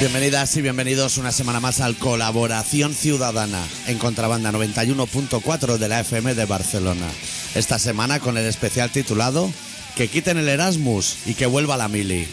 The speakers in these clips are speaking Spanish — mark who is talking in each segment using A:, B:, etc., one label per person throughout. A: Bienvenidas y bienvenidos una semana más al Colaboración Ciudadana en Contrabanda 91.4 de la FM de Barcelona. Esta semana con el especial titulado Que quiten el Erasmus y que vuelva la Mili.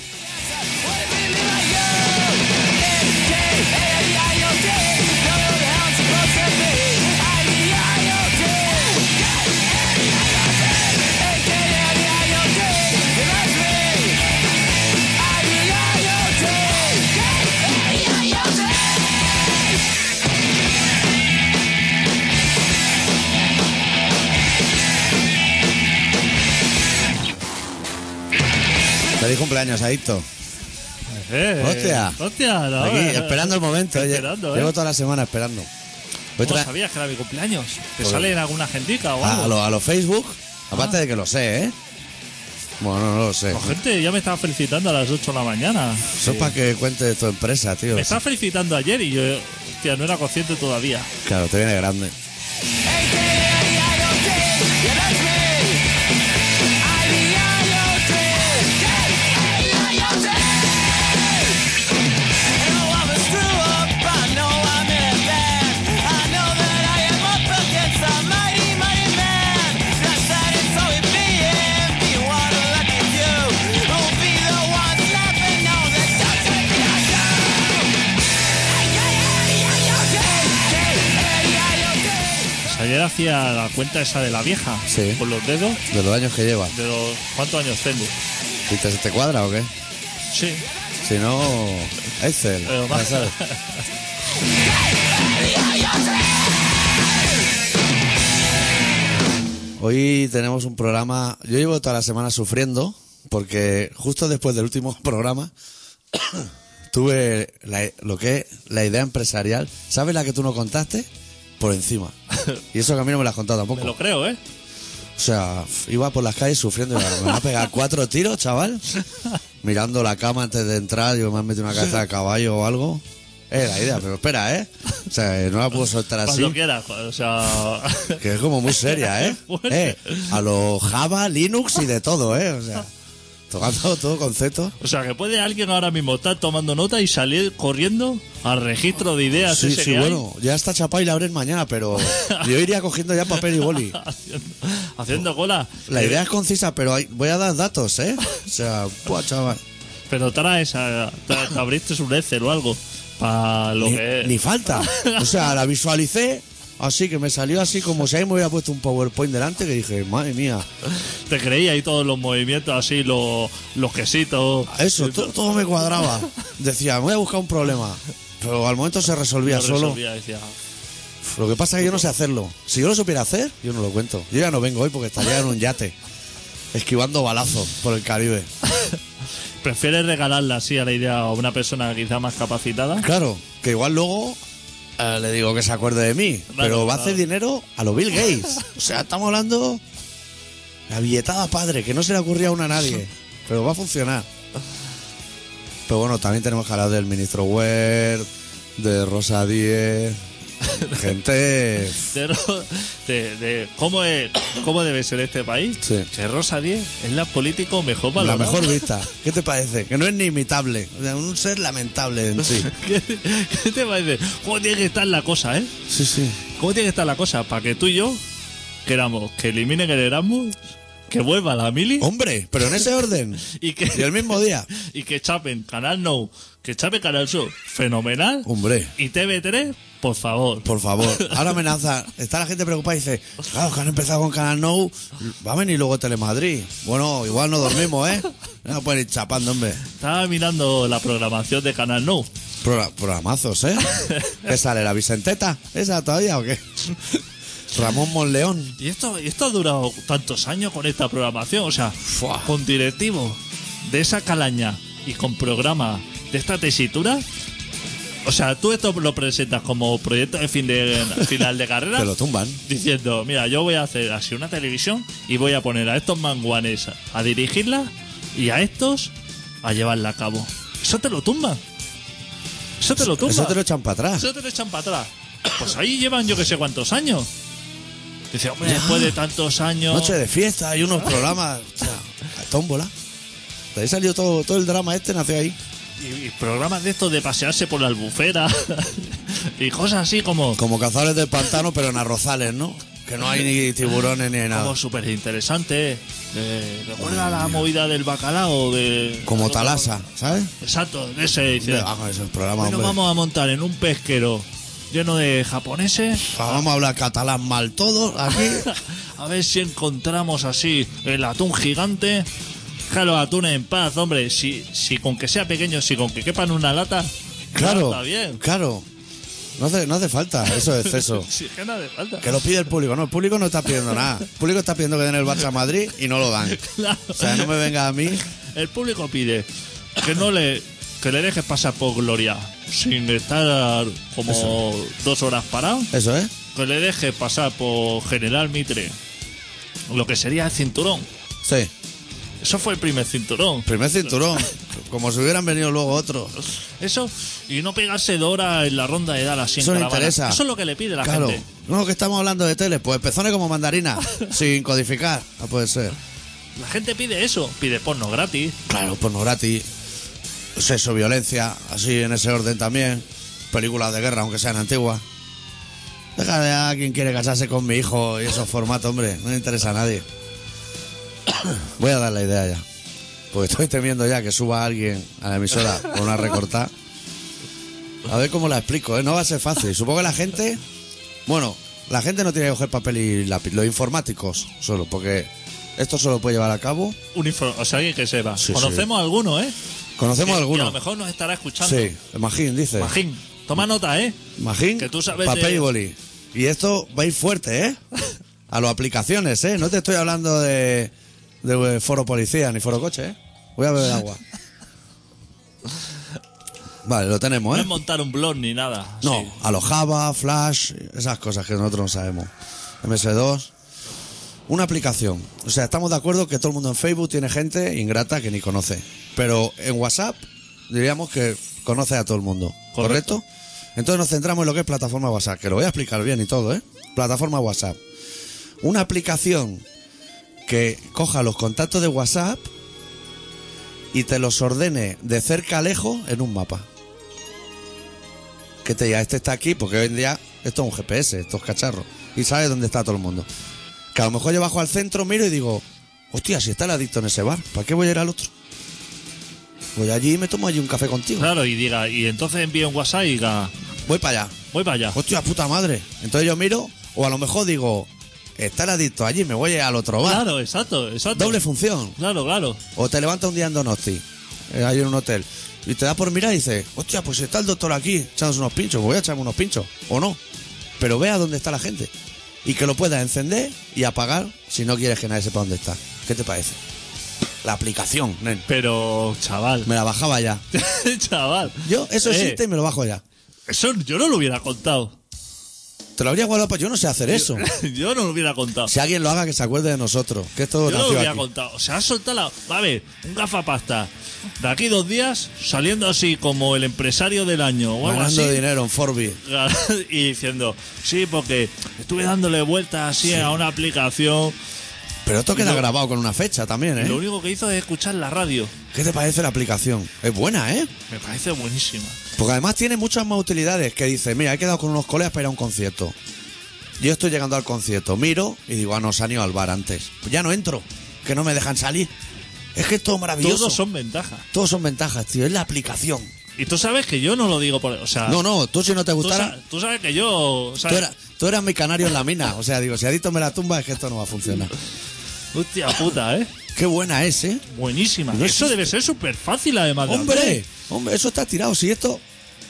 A: Feliz cumpleaños, Aito.
B: Eh,
A: Hostia.
B: ¡Hostia! no,
A: Aquí,
B: eh,
A: esperando el momento. oye.
B: Esperando, eh.
A: Llevo toda la semana esperando. Voy
B: ¿Cómo
A: tra-
B: sabías que era mi cumpleaños? ¿Te
A: Joder.
B: sale en alguna gentica o
A: Pues a, a
B: algo?
A: lo, a lo Facebook,
B: Ah.
A: aparte de que lo sé, ¿eh? Bueno, no lo sé.
B: La gente ya me estaba felicitando a las 8 de la mañana.
A: Eso es para que cuente de tu empresa, tío.
B: Me estaba felicitando ayer y yo, hostia, no era consciente todavía.
A: Claro, te viene grande.
B: Pues ayer hacía la cuenta esa de la vieja.
A: Sí.
B: Con los dedos
A: De los años que lleva.
B: de los... ¿Cuántos años tengo?
A: ¿Y te, te cuadra o qué?
B: Sí.
A: Si no, Excel.
B: Pero
A: ya
B: más-
A: sabes. Hoy tenemos un programa. Yo llevo toda la semana sufriendo porque justo después del último programa tuve la- lo que es la idea empresarial. ¿Sabes la que tú no contaste? Por encima. Y eso que a mí no me la has contado tampoco.
B: Me lo creo, ¿eh?
A: O sea, f- iba por las calles sufriendo. y digo, Me va a pegar cuatro tiros, chaval. Mirando la cama antes de entrar, yo me han metido una cabeza de caballo o algo. Era la idea, pero espera, ¿eh? O sea, eh, no la puedo soltar así.
B: Cuando quieras. O sea...
A: Que es como muy seria, ¿eh?
B: Fuerte.
A: eh a lo Java, Linux y de todo, ¿eh? O sea, tocando todo concepto.
B: O sea, que puede alguien ahora mismo estar tomando nota y salir corriendo al registro de ideas.
A: Sí,
B: ese
A: sí,
B: que hay.
A: bueno, ya está chapá y la abren mañana, pero yo iría cogiendo ya papel y boli.
B: haciendo, haciendo cola.
A: La idea es concisa, pero hay- voy a dar datos, ¿eh? O sea, buah, chaval.
B: Pero traes, a, tra- te abriste un Excel o algo. Para lo
A: ni,
B: que.
A: ni falta. O sea, la visualicé, así que me salió así como si ahí me hubiera puesto un PowerPoint delante que dije, madre mía,
B: Te creía ahí todos los movimientos así, los, los quesitos.
A: eso, to- todo me cuadraba. Decía, me voy a buscar un problema. Pero al momento se resolvía
B: Lo
A: solo.
B: resolvía, decía,
A: Lo que pasa es que yo no sé hacerlo. Si yo lo supiera hacer, yo no lo cuento. Yo ya no vengo hoy porque estaría en un yate, esquivando balazos por el Caribe.
B: ¿Prefieres regalarla así a la idea a una persona quizá más capacitada?
A: Claro, que igual luego eh, le digo que se acuerde de mí,
B: Claro,
A: pero va a
B: claro.
A: hacer dinero a lo Bill Gates. O sea, estamos hablando la billetada padre, que no se le ocurría aún a nadie, pero va a funcionar. Pero bueno, también tenemos que hablar del ministro Wert, de Rosa Díez, gente...
B: De, ro- de- de- ¿cómo, es- ¿Cómo debe ser este país?
A: Sí.
B: Que Rosa 10 es la político mejor para
A: La mejor vista. ¿Qué te parece? Que no es ni imitable. o sea, un ser lamentable en sí.
B: ¿Qué, qué te va a decir? ¿Cómo tiene que estar la cosa, eh?
A: Sí, sí.
B: ¿Cómo tiene que estar la cosa? Para que tú y yo queramos que eliminen el Erasmus, que vuelva la
A: Oh,
B: mili
A: Hombre, pero en ese orden.
B: y que
A: Y el mismo día.
B: y que chapen Canal No, que chapen Canal Sur, fenomenal.
A: Hombre.
B: Y TV3, por favor.
A: Por favor, ahora amenaza. Está la gente preocupada y dice, claro, que han empezado con Canal No, va a venir luego Telemadrid. Bueno, igual no dormimos, ¿eh? No pueden ir chapando, hombre.
B: Estaba mirando la programación de Canal No.
A: Progra- programazos, ¿eh? ¿Qué sale, la Vicenteta? ¿Esa todavía o qué? Ramón Monleón.
B: Y esto, y esto ha durado tantos años con esta programación, o sea,
A: Fua.
B: con directivo de esa calaña y con programa de esta tesitura. O sea, tú esto lo presentas como proyecto de fin de final de carrera.
A: Te lo tumban.
B: diciendo, mira, yo voy a hacer así una televisión y voy a poner a estos manguanes a dirigirla y a estos a llevarla a cabo. Eso te lo tumba. Eso te lo tumba.
A: Eso te lo echan para atrás.
B: Eso te lo echan para atrás. Pues ahí llevan yo que sé cuántos años. Dice, hombre, después de tantos años.
A: Noche de fiesta, hay unos programas. Hostia, tómbola. De ahí salió todo, todo el drama este, nació ahí.
B: y, y programas de estos de pasearse por la albufera y cosas así como,
A: Como cazadores del pantano, pero en arrozales, ¿no? Que no hay ni tiburones ni nada.
B: como súper interesante. ¿Recuerda la movida del bacalao? De,
A: Como Talasa, ¿sabes?
B: Exacto, de ese. dice,
A: Vamos, esos programas,
B: bueno,
A: hombre.
B: vamos a montar en un pesquero lleno de japoneses.
A: Ah, Vamos a hablar catalán mal todos aquí.
B: A ver si encontramos así el atún gigante. Claro, atún en paz, hombre. Si, si con que sea pequeño, si con que quepa en una lata.
A: Claro,
B: Está bien.
A: claro. No hace, no hace falta eso es exceso.
B: Si es que nada de falta.
A: Que lo pide el público. No, el público no está pidiendo nada. El público está pidiendo que den el Barça a Madrid y no lo dan.
B: Claro.
A: O sea, no me venga a mí.
B: El público pide que no le que le dejes pasar por gloria sin estar como dos horas parado.
A: Eso ¿eh? es.
B: Que le dejes pasar por General Mitre. Lo que sería el cinturón.
A: Sí.
B: Eso fue el primer cinturón.
A: Primer cinturón. Como si hubieran venido luego otros.
B: Eso, y no pegarse de hora en la ronda de Dallas. sin
A: Eso le
B: caravana.
A: interesa.
B: Eso es lo que le pide la
A: claro.
B: gente.
A: No, que estamos hablando de tele. Pues pezones como mandarina. sin codificar. No puede ser.
B: La gente pide eso. Pide porno gratis.
A: Claro, porno gratis. Sexo, violencia. Así en ese orden también. Películas de guerra, aunque sean antiguas. Deja de a quien quiere casarse con mi hijo y esos formatos, hombre. No le interesa a nadie. Voy a dar la idea ya. Porque estoy temiendo ya que suba alguien a la emisora con una recortada. A ver cómo la explico, ¿eh? No va a ser fácil. Supongo que la gente. Bueno, la gente no tiene que coger papel y lápiz. Los informáticos solo, porque esto solo puede llevar a cabo.
B: Un info- o sea, alguien que sepa.
A: Sí,
B: Conocemos alguno, ¿eh? Que-
A: Conocemos
B: que
A: algunos.
B: a lo mejor nos estará escuchando.
A: Sí, Magín dice.
B: Magín, toma nota, ¿eh?
A: Magín,
B: Que tú sabes
A: papel
B: de-
A: y boli. Y esto va a ir fuerte, ¿eh? A las aplicaciones, ¿eh? No te estoy hablando de, de foro policía ni foro coche, ¿eh? Voy a beber agua. Vale, lo tenemos,
B: No
A: ¿eh?
B: es montar un blog ni nada.
A: No,
B: Sí.
A: a los Java, Flash, esas cosas que nosotros no sabemos. MS2. Una aplicación. O sea, estamos de acuerdo que todo el mundo en Facebook tiene gente ingrata que ni conoce. Pero en WhatsApp diríamos que conoce a todo el mundo.
B: Correcto.
A: ¿Correcto? Entonces nos centramos en lo que es plataforma WhatsApp, que lo voy a explicar bien y todo, ¿eh? Plataforma WhatsApp. Una aplicación que coja los contactos de WhatsApp y te los ordene de cerca a lejos en un mapa. Que te diga, este está aquí, porque hoy en día esto es un GPS, estos cacharros. Y sabes dónde está todo el mundo. Que a lo mejor yo bajo al centro, miro y digo, hostia, si está el adicto en ese bar, ¿para qué voy a ir al otro? Voy allí y me tomo allí un café contigo.
B: Claro, y diga, y entonces envía un WhatsApp y diga,
A: Voy para allá.
B: voy para allá.
A: Hostia, puta madre. Entonces yo miro, o a lo mejor digo, está el adicto allí, me voy a ir al otro bar.
B: Claro, exacto, exacto.
A: Doble función.
B: Claro, claro.
A: O te levantas un día en Donosti, eh, ahí en un hotel, y te da por mirar y dices, hostia, pues está el doctor aquí echándose unos pinchos, voy a echarme unos pinchos, o no. Pero vea dónde está la gente. Y que lo puedas encender y apagar si no quieres que nadie sepa dónde está. ¿Qué te parece? La aplicación, nen.
B: Pero, chaval.
A: Me la bajaba ya.
B: chaval.
A: Yo, eso
B: Eh,
A: existe y me lo bajo ya.
B: Eso yo no lo hubiera contado.
A: Te lo habría guardado, pues yo no sé hacer eso.
B: yo no lo hubiera contado.
A: Si alguien lo haga, que se acuerde de nosotros. Que esto
B: Yo no lo
A: nació
B: hubiera
A: aquí.
B: contado. O sea, ha soltado la. A ver, un gafapasta. De aquí dos días, saliendo así como el empresario del año o algo
A: Ganando
B: así.
A: dinero en Forbes.
B: Y diciendo, sí, porque estuve dándole vueltas así a una aplicación.
A: Pero esto queda
B: Lo-
A: grabado con una fecha también,
B: Lo
A: ¿eh?
B: único que hizo es escuchar la radio.
A: ¿Qué te parece la aplicación? Es buena, ¿eh?
B: Me parece buenísima.
A: Porque además tiene muchas más utilidades que dice, mira, he quedado con unos colegas para ir a un concierto. Yo estoy llegando al concierto, miro y digo, ah, no, se han ido al bar antes. Pues ya no entro, que no me dejan salir. Es que es todo maravilloso.
B: Todos son ventajas.
A: Todos son ventajas, tío, es la aplicación.
B: Y tú sabes que yo no lo digo por. O sea,
A: No, no, tú si no te
B: Ah. tú, sa-
A: gustara,
B: tú sabes que yo. o sea,
A: tú, eras, tú eras mi canario en la mina. O sea, digo, si Adicto me la tumba es que esto no va a funcionar.
B: Hostia puta, ¿eh?
A: Qué buena es, ¿eh?
B: Buenísima.
A: No
B: Eso
A: existe.
B: debe ser súper fácil, además. de hacer.
A: Hombre, hombre, eso está tirado. Si esto,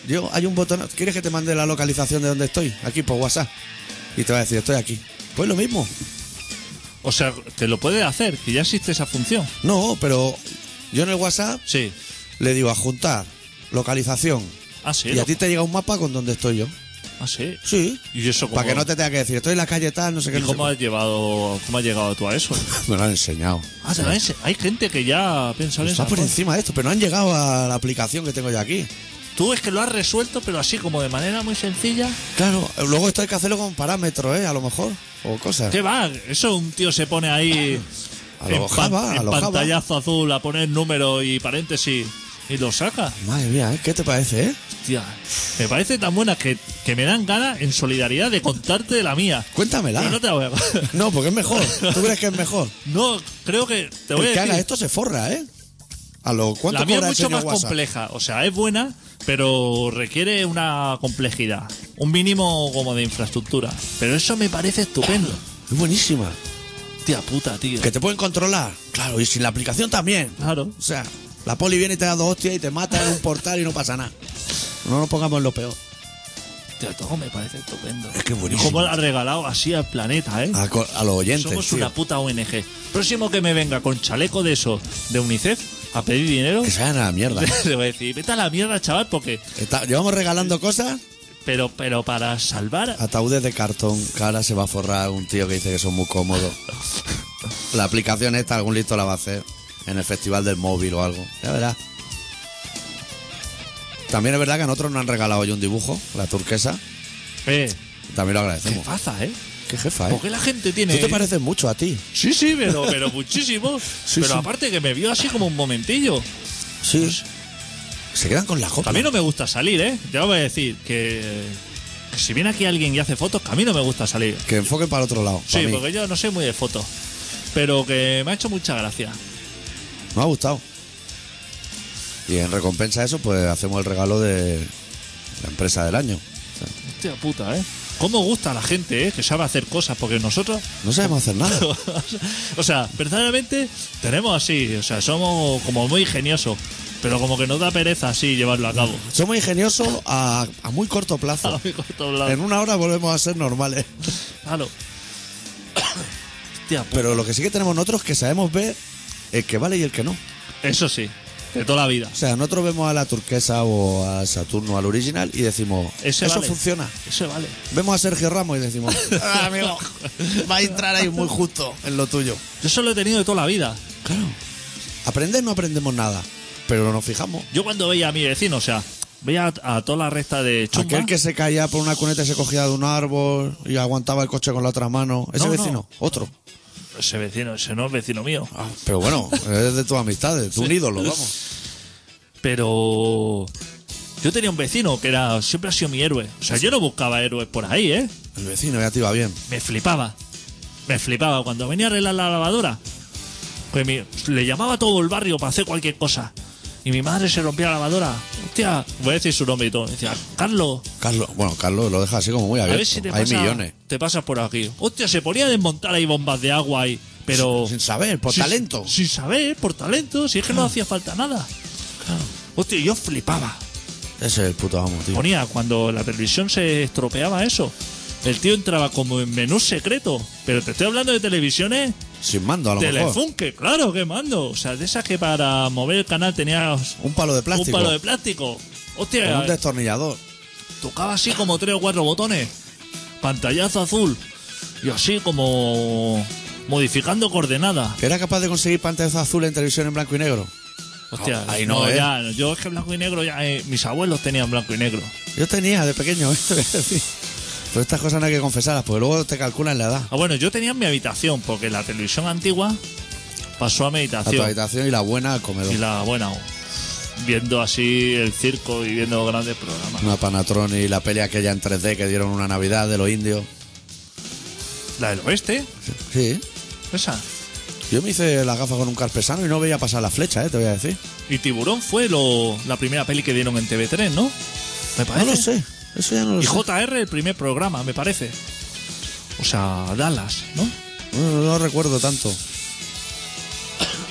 A: yo, hay un botón. ¿Quieres que te mande la localización de donde estoy? Aquí por WhatsApp. Y te va a decir, estoy aquí. Pues lo mismo.
B: O sea, te lo puedes hacer, que ya existe esa función.
A: No, pero yo en el WhatsApp
B: Sí.
A: le digo adjuntar localización.
B: Ah, sí.
A: Y a
B: lo-
A: ti te llega un mapa con donde estoy yo.
B: Ah, sí.
A: Sí.
B: ¿Y eso cómo,
A: Para que no te tenga que decir, estoy en la calle tal, no sé qué.
B: ¿y
A: no sé
B: cómo has llevado, cómo has llegado tú a eso?
A: cuánto. Me lo han enseñado.
B: Ah, te lo han ense- hay gente que ya piensa en
A: Está
B: eso.
A: por encima de esto, pero no han llegado a la aplicación que tengo yo aquí.
B: Tú es que lo has resuelto, pero así como de manera muy sencilla.
A: Claro, Eh, luego esto hay que hacerlo con parámetros, ¿eh? A lo mejor. O cosas.
B: ¿Qué va? Eso un tío se pone ahí
A: A lo
B: en,
A: Java, a
B: en
A: lo Java.
B: pantallazo azul a poner número y paréntesis. y lo saca.
A: Madre mía, ¿eh? ¿qué te parece, eh?
B: Hostia, me parece tan buena que, que me dan ganas en solidaridad de contarte la mía.
A: Cuéntamela.
B: Pero no te la voy a
A: No, porque es mejor. ¿Tú crees que es mejor?
B: No, creo que te voy
A: El
B: a
A: que
B: decir.
A: haga esto se forra, ¿eh? A lo cuánto
B: La mía es
A: cobra el
B: mucho
A: señor
B: más
A: WhatsApp?
B: compleja, o sea, es buena, pero requiere una complejidad, un mínimo como de infraestructura. Pero eso me parece estupendo.
A: Es buenísima.
B: Tía puta, tío.
A: Que te pueden controlar. Claro, y sin la aplicación también.
B: Claro.
A: O sea, la poli viene y te da dos hostias y te mata en un portal y no pasa nada. No nos pongamos en lo peor.
B: Tía, todo me parece estupendo.
A: Es que es
B: Y
A: buenísimo.
B: Cómo la ha regalado así al planeta, ¿eh?
A: A, co- a los oyentes.
B: Somos
A: tío.
B: una puta ONG. Próximo que me venga con chaleco de esos de UNICEF a pedir dinero,
A: Que se vayan a la mierda.
B: le voy a decir, vete a la mierda, chaval, porque...
A: Está- llevamos regalando cosas,
B: Pero, pero para salvar...
A: ataúdes de cartón, que ahora se va a forrar un tío que dice que son muy cómodos. La aplicación esta, algún listo la va a hacer en el festival del móvil o algo. Ya verás. También es verdad que a nosotros nos han regalado hoy un dibujo, la turquesa.
B: Eh,
A: También lo
B: qué
A: agradecemos.
B: pasa, ¿eh?
A: Qué jefa, eh.
B: ¿Por qué la gente tiene...?
A: Tú te pareces mucho a ti.
B: Sí, sí, pero, pero muchísimo.
A: Sí,
B: pero
A: sí.
B: aparte que me vio así como un momentillo. Pues,
A: Sí. Se quedan con la
B: A
A: copa.
B: mí no me gusta salir, ¿eh? Ya os voy a decir que, que si viene aquí alguien y hace fotos, que a mí no me gusta salir.
A: Que enfoquen para el otro lado.
B: Sí,
A: para mí.
B: porque yo no soy muy de fotos. Pero que me ha hecho mucha gracia.
A: Me ha gustado. Y en recompensa a eso, pues hacemos el regalo de la empresa del año. O sea,
B: Hostia puta, ¿eh? ¿Cómo gusta a la gente, eh? Que sabe hacer cosas, porque nosotros...
A: no sabemos hacer nada.
B: o sea, verdaderamente tenemos así, o sea, somos como muy ingeniosos, pero como que nos da pereza así llevarlo a cabo.
A: Somos ingeniosos a, a muy corto plazo. En una hora volvemos a ser normales.
B: Claro. Hostia pues, puta.
A: Pero lo que sí que tenemos nosotros es que sabemos ver el que vale y el que no.
B: Eso sí, de toda la vida.
A: O sea, nosotros vemos a la turquesa o a Saturno, al original, y decimos,
B: Ese
A: eso
B: vale".
A: funciona.
B: Eso vale.
A: Vemos a Sergio Ramos y decimos, "Ah, amigo, va a entrar ahí muy justo en lo tuyo.
B: Yo eso lo he tenido de toda la vida.
A: Claro. Aprender no aprendemos nada, pero nos fijamos.
B: Yo cuando veía a mi vecino, o sea, veía a, a toda la resta de chumba.
A: Aquel que se caía por una cuneta y se cogía de un árbol y aguantaba el coche con la otra mano. Ese
B: No, no.
A: vecino, otro. Ah,
B: Ese vecino, ese no es vecino mío.
A: Pero bueno, es de tus amistades, tú un ídolo, vamos.
B: Pero yo tenía un vecino que era siempre ha sido mi héroe. O sea, yo no buscaba héroes por ahí, ¿eh?
A: El vecino ya te iba bien.
B: Me flipaba. Me flipaba cuando venía a arreglar la lavadora. Pues mi- le llamaba a todo el barrio para hacer cualquier cosa. Y mi madre se rompía la lavadora. Hostia, voy a decir su nombre y todo. Decía, Carlos,
A: Carlos, bueno, Carlos lo deja así como muy
B: a
A: abierto.
B: ver si te
A: Hay
B: pasa-
A: millones.
B: Te pasas por aquí. Hostia, se ponía a desmontar ahí bombas de agua ahí. Pero.
A: Sin saber, por
B: sin-
A: talento. Ah.
B: Sin saber, por talento. Si es que no hacía falta nada. Hostia, yo flipaba.
A: Ese es el puto amo, tío.
B: Ponía cuando la televisión se estropeaba eso. El tío entraba como en menú secreto. Pero te estoy hablando de televisiones
A: Sin mando, a lo mejor.
B: Telefunke, claro, que mando. O sea, de esas que para mover el canal tenías
A: Un palo de
B: un
A: plástico.
B: palo de plástico.
A: con
B: Hostia,
A: un destornillador.
B: tocaba así como tres o cuatro botones. Pantallazo azul. Y así como modificando coordenadas.
A: ¿Que era capaz de conseguir pantallas azul en televisión en blanco y negro?
B: Hostia,
A: Ah, ahí no, ¿eh?
B: ya, yo es que blanco y negro, ya, eh, mis abuelos tenían blanco y negro.
A: Yo tenía de pequeño, ¿eh? Pero estas cosas no hay que confesarlas, porque luego te calculan la edad.
B: Ah, bueno, yo tenía en mi habitación, porque la televisión antigua pasó a
A: A tu
B: meditación.
A: habitación y la buena al comedor.
B: y la buena, viendo así el circo y viendo grandes programas.
A: Una Panatron y la peli aquella en 3D que dieron una Navidad de los indios.
B: La del oeste,
A: Sí.
B: esa.
A: Yo me hice las gafas con un carpesano y no veía pasar la flecha, ¿eh? te voy a decir.
B: Y Tiburón fue lo, la primera peli que dieron en TV3, ¿no? Me
A: No
B: parece.
A: lo sé. Eso ya no lo
B: Y
A: sé.
B: JR, el primer programa, me parece. O sea, Dallas, ¿no?
A: No, no lo recuerdo tanto.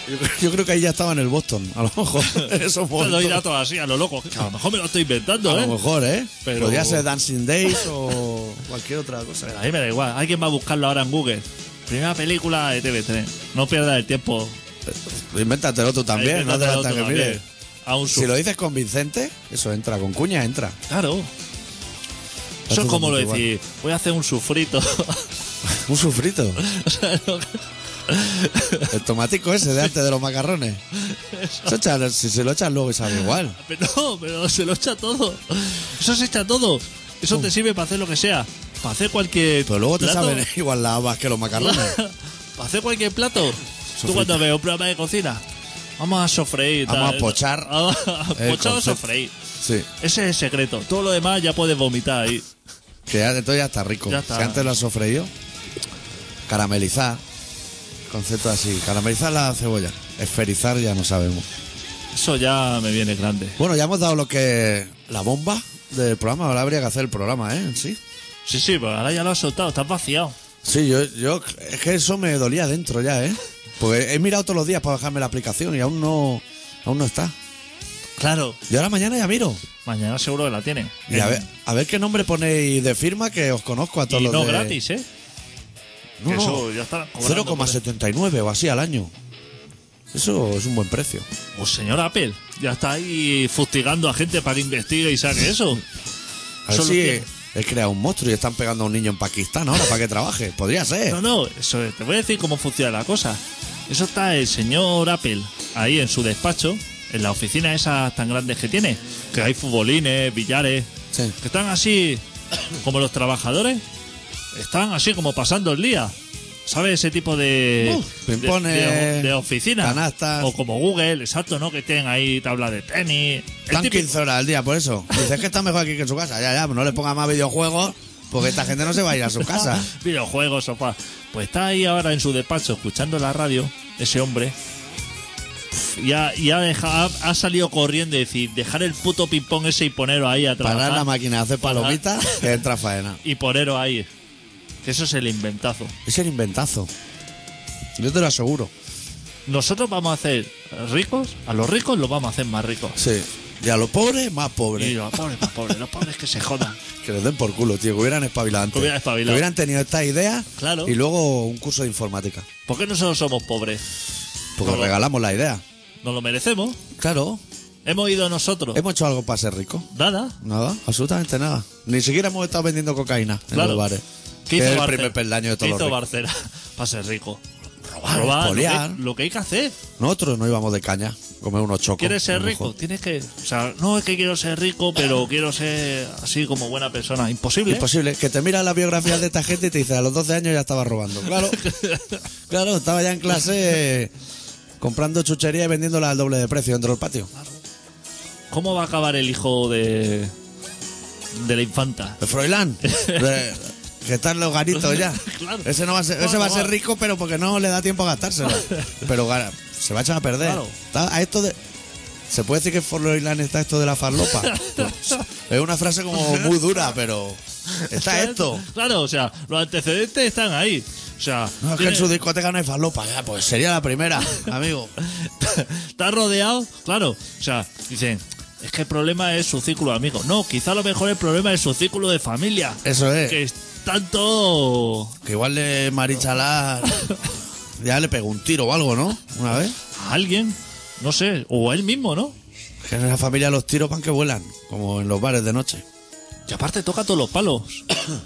A: Yo creo- Yo creo que ahí ya estaba en el Boston, a lo mejor. En esos
B: Te doy
A: momentos.
B: datos así, a lo loco. que A lo mejor me lo estoy
A: A
B: inventando,
A: lo
B: ¿eh?
A: mejor, ¿eh?
B: Pero-
A: Podría ser Dancing Days o cualquier otra cosa.
B: Pero a mí me da igual. Alguien va a buscarlo ahora en Google. Primera película de TV3. No pierdas el tiempo.
A: Invéntatelo tú también, no te
B: Invéntatelo
A: falta
B: tú
A: que
B: también.
A: mires.
B: A un
A: Si lo dices convincente, eso entra, con cuña entra.
B: Claro. Eso es
A: todo
B: como lo
A: igual.
B: decir, voy a hacer un sufrito.
A: Un sufrito. El tomatico ese de antes de los macarrones. Eso echa- si se lo echas luego y sabe igual.
B: Pero no, pero se lo echa todo. Eso se echa todo. Eso te sirve para hacer lo que sea. Para hacer cualquier.
A: Oh. Pero luego te
B: plato.
A: saben ¿eh? igual las habas que los macarrones.
B: para hacer cualquier plato. Tú cuando ves un programa de cocina. Vamos a sofreír. y
A: Vamos
B: tal.
A: a pochar
B: Vamos a
A: el
B: pochar o
A: concepto.
B: sofreír.
A: Sí.
B: Ese es el secreto. Todo lo demás ya puedes vomitar ahí.
A: Que ya, entonces ya está rico.
B: Ya está.
A: Si antes lo has sofreído, caramelizar. Concepto así. Caramelizar la cebolla. Esferizar ya no sabemos.
B: Eso ya me viene grande.
A: Bueno, ya hemos dado lo que. La bomba del programa. Ahora habría que hacer el programa, ¿eh? En Sí.
B: Sí, sí, pero ahora ya lo has soltado, estás vaciado.
A: Sí, yo, yo. Es que eso me dolía dentro ya, ¿eh? Porque he mirado todos los días para bajarme la aplicación y aún no. Aún no está.
B: Claro.
A: Yo ahora mañana ya miro.
B: Mañana seguro que la tiene.
A: Y a ver, a ver qué nombre ponéis de firma que os conozco a todos
B: Eh. Y
A: los
B: no
A: de-
B: gratis, ¿eh?
A: No,
B: Que
A: no.
B: eso ya está cobrando,
A: 0,79 o así al año. Eso es un buen precio.
B: Pues señor Apple, ya está ahí fustigando a gente para que investigue y saque eso.
A: A ver
B: Solo
A: si
B: que-
A: he creado un monstruo y están pegando a un niño en Pakistán ahora para que trabaje. Podría ser.
B: No, no, eso es, te voy a decir cómo funciona la cosa. Eso está el señor Apple ahí en su despacho, en la oficina esas tan grandes que tiene, que hay futbolines, billares,
A: Sí.
B: que están así como los trabajadores, están así como pasando el día. ¿Sabes ese tipo de,
A: Uf,
B: de,
A: pimpones,
B: de- de oficina?
A: Uh, canastas.
B: O como Google, exacto, ¿no? Que tienen ahí tabla de tenis. El
A: Están
B: típico-
A: 15 horas al día por eso. Dices que está mejor aquí que en su casa. Ya, ya, no le ponga más videojuegos porque esta gente no se va a ir a su casa.
B: Videojuegos, sofá. Pues está ahí ahora en su despacho escuchando la radio, ese hombre. Ya, ya deja- ha, ha salido corriendo y decir, dejar el puto ping-pong ese y poneros ahí a trabajar.
A: Parar la máquina, hacer palomitas, que entra faena.
B: y poneros ahí. Que eso es el inventazo.
A: Es el inventazo. Yo te lo aseguro.
B: Nosotros vamos a hacer ricos, a los ricos los vamos a hacer más ricos.
A: Sí. Y a los pobres, más pobres.
B: Y los pobres, más pobres, los pobres que se jodan.
A: Que les den por culo, tío. Que hubieran espabilado antes.
B: Que hubieran espabilado.
A: Que hubieran tenido estas ideas.
B: Claro.
A: Y luego un curso de informática.
B: ¿Por qué nosotros somos pobres?
A: Porque
B: Todo.
A: regalamos la idea.
B: ¿Nos lo merecemos?
A: Claro.
B: ¿Hemos ido nosotros?
A: Hemos hecho algo para ser rico.
B: Nada.
A: Nada, absolutamente nada. Ni siquiera hemos estado vendiendo cocaína en
B: Claro.
A: los bares.
B: ¿Qué
A: Que
B: hizo
A: es el
B: Barcela?
A: primer peldaño de
B: ¿Qué
A: todos los
B: hizo
A: ricos.
B: Barcela para ser rico?
A: Robar,
B: Robar, lo
A: espolear.
B: que, lo que hay que hacer.
A: Nosotros no íbamos de caña, comer unos chocos.
B: ¿Quieres
A: a
B: ser
A: lo
B: rico?
A: mejor.
B: Tienes que. O sea, no es que quiero ser rico, pero quiero ser así como buena persona. Imposible. ¿eh?
A: Imposible. Que te miras la biografía de esta gente y te dices, a los 12 años ya estaba robando. Claro, claro, estaba ya en clase eh, comprando chuchería y vendiéndola al doble de precio dentro del patio.
B: ¿Cómo va a acabar el hijo de. de la infanta?
A: El Froilán. de- que están los ganitos ya.
B: Claro.
A: Ese, no va a ser, ese
B: Bueno,
A: va a ser
B: va.
A: rico, pero porque no le da tiempo a gastárselo. Pero gana- se va a echar a perder.
B: Claro.
A: Está- a esto de. ¿Se puede decir que en Froilán está esto de la farlopa? Pues, es una frase como muy dura, pero. Está esto.
B: Claro, o sea, los antecedentes están ahí. O sea,
A: No, es que en
B: tienes-
A: su discoteca no hay farlopa. Ya, pues sería la primera, amigo.
B: está rodeado, claro. O sea, dicen, es que el problema es su círculo de amigos. No, quizá a lo mejor el problema es su círculo de familia.
A: Eso es.
B: Que
A: Que,
B: están todos
A: igual de Marichalar. Ya le pegó un tiro o algo, ¿no? Una vez.
B: a alguien, no sé, o a él mismo, ¿no?
A: Que en la familia los tiros van que vuelan, como en los bares de noche.
B: Y aparte toca todos los palos.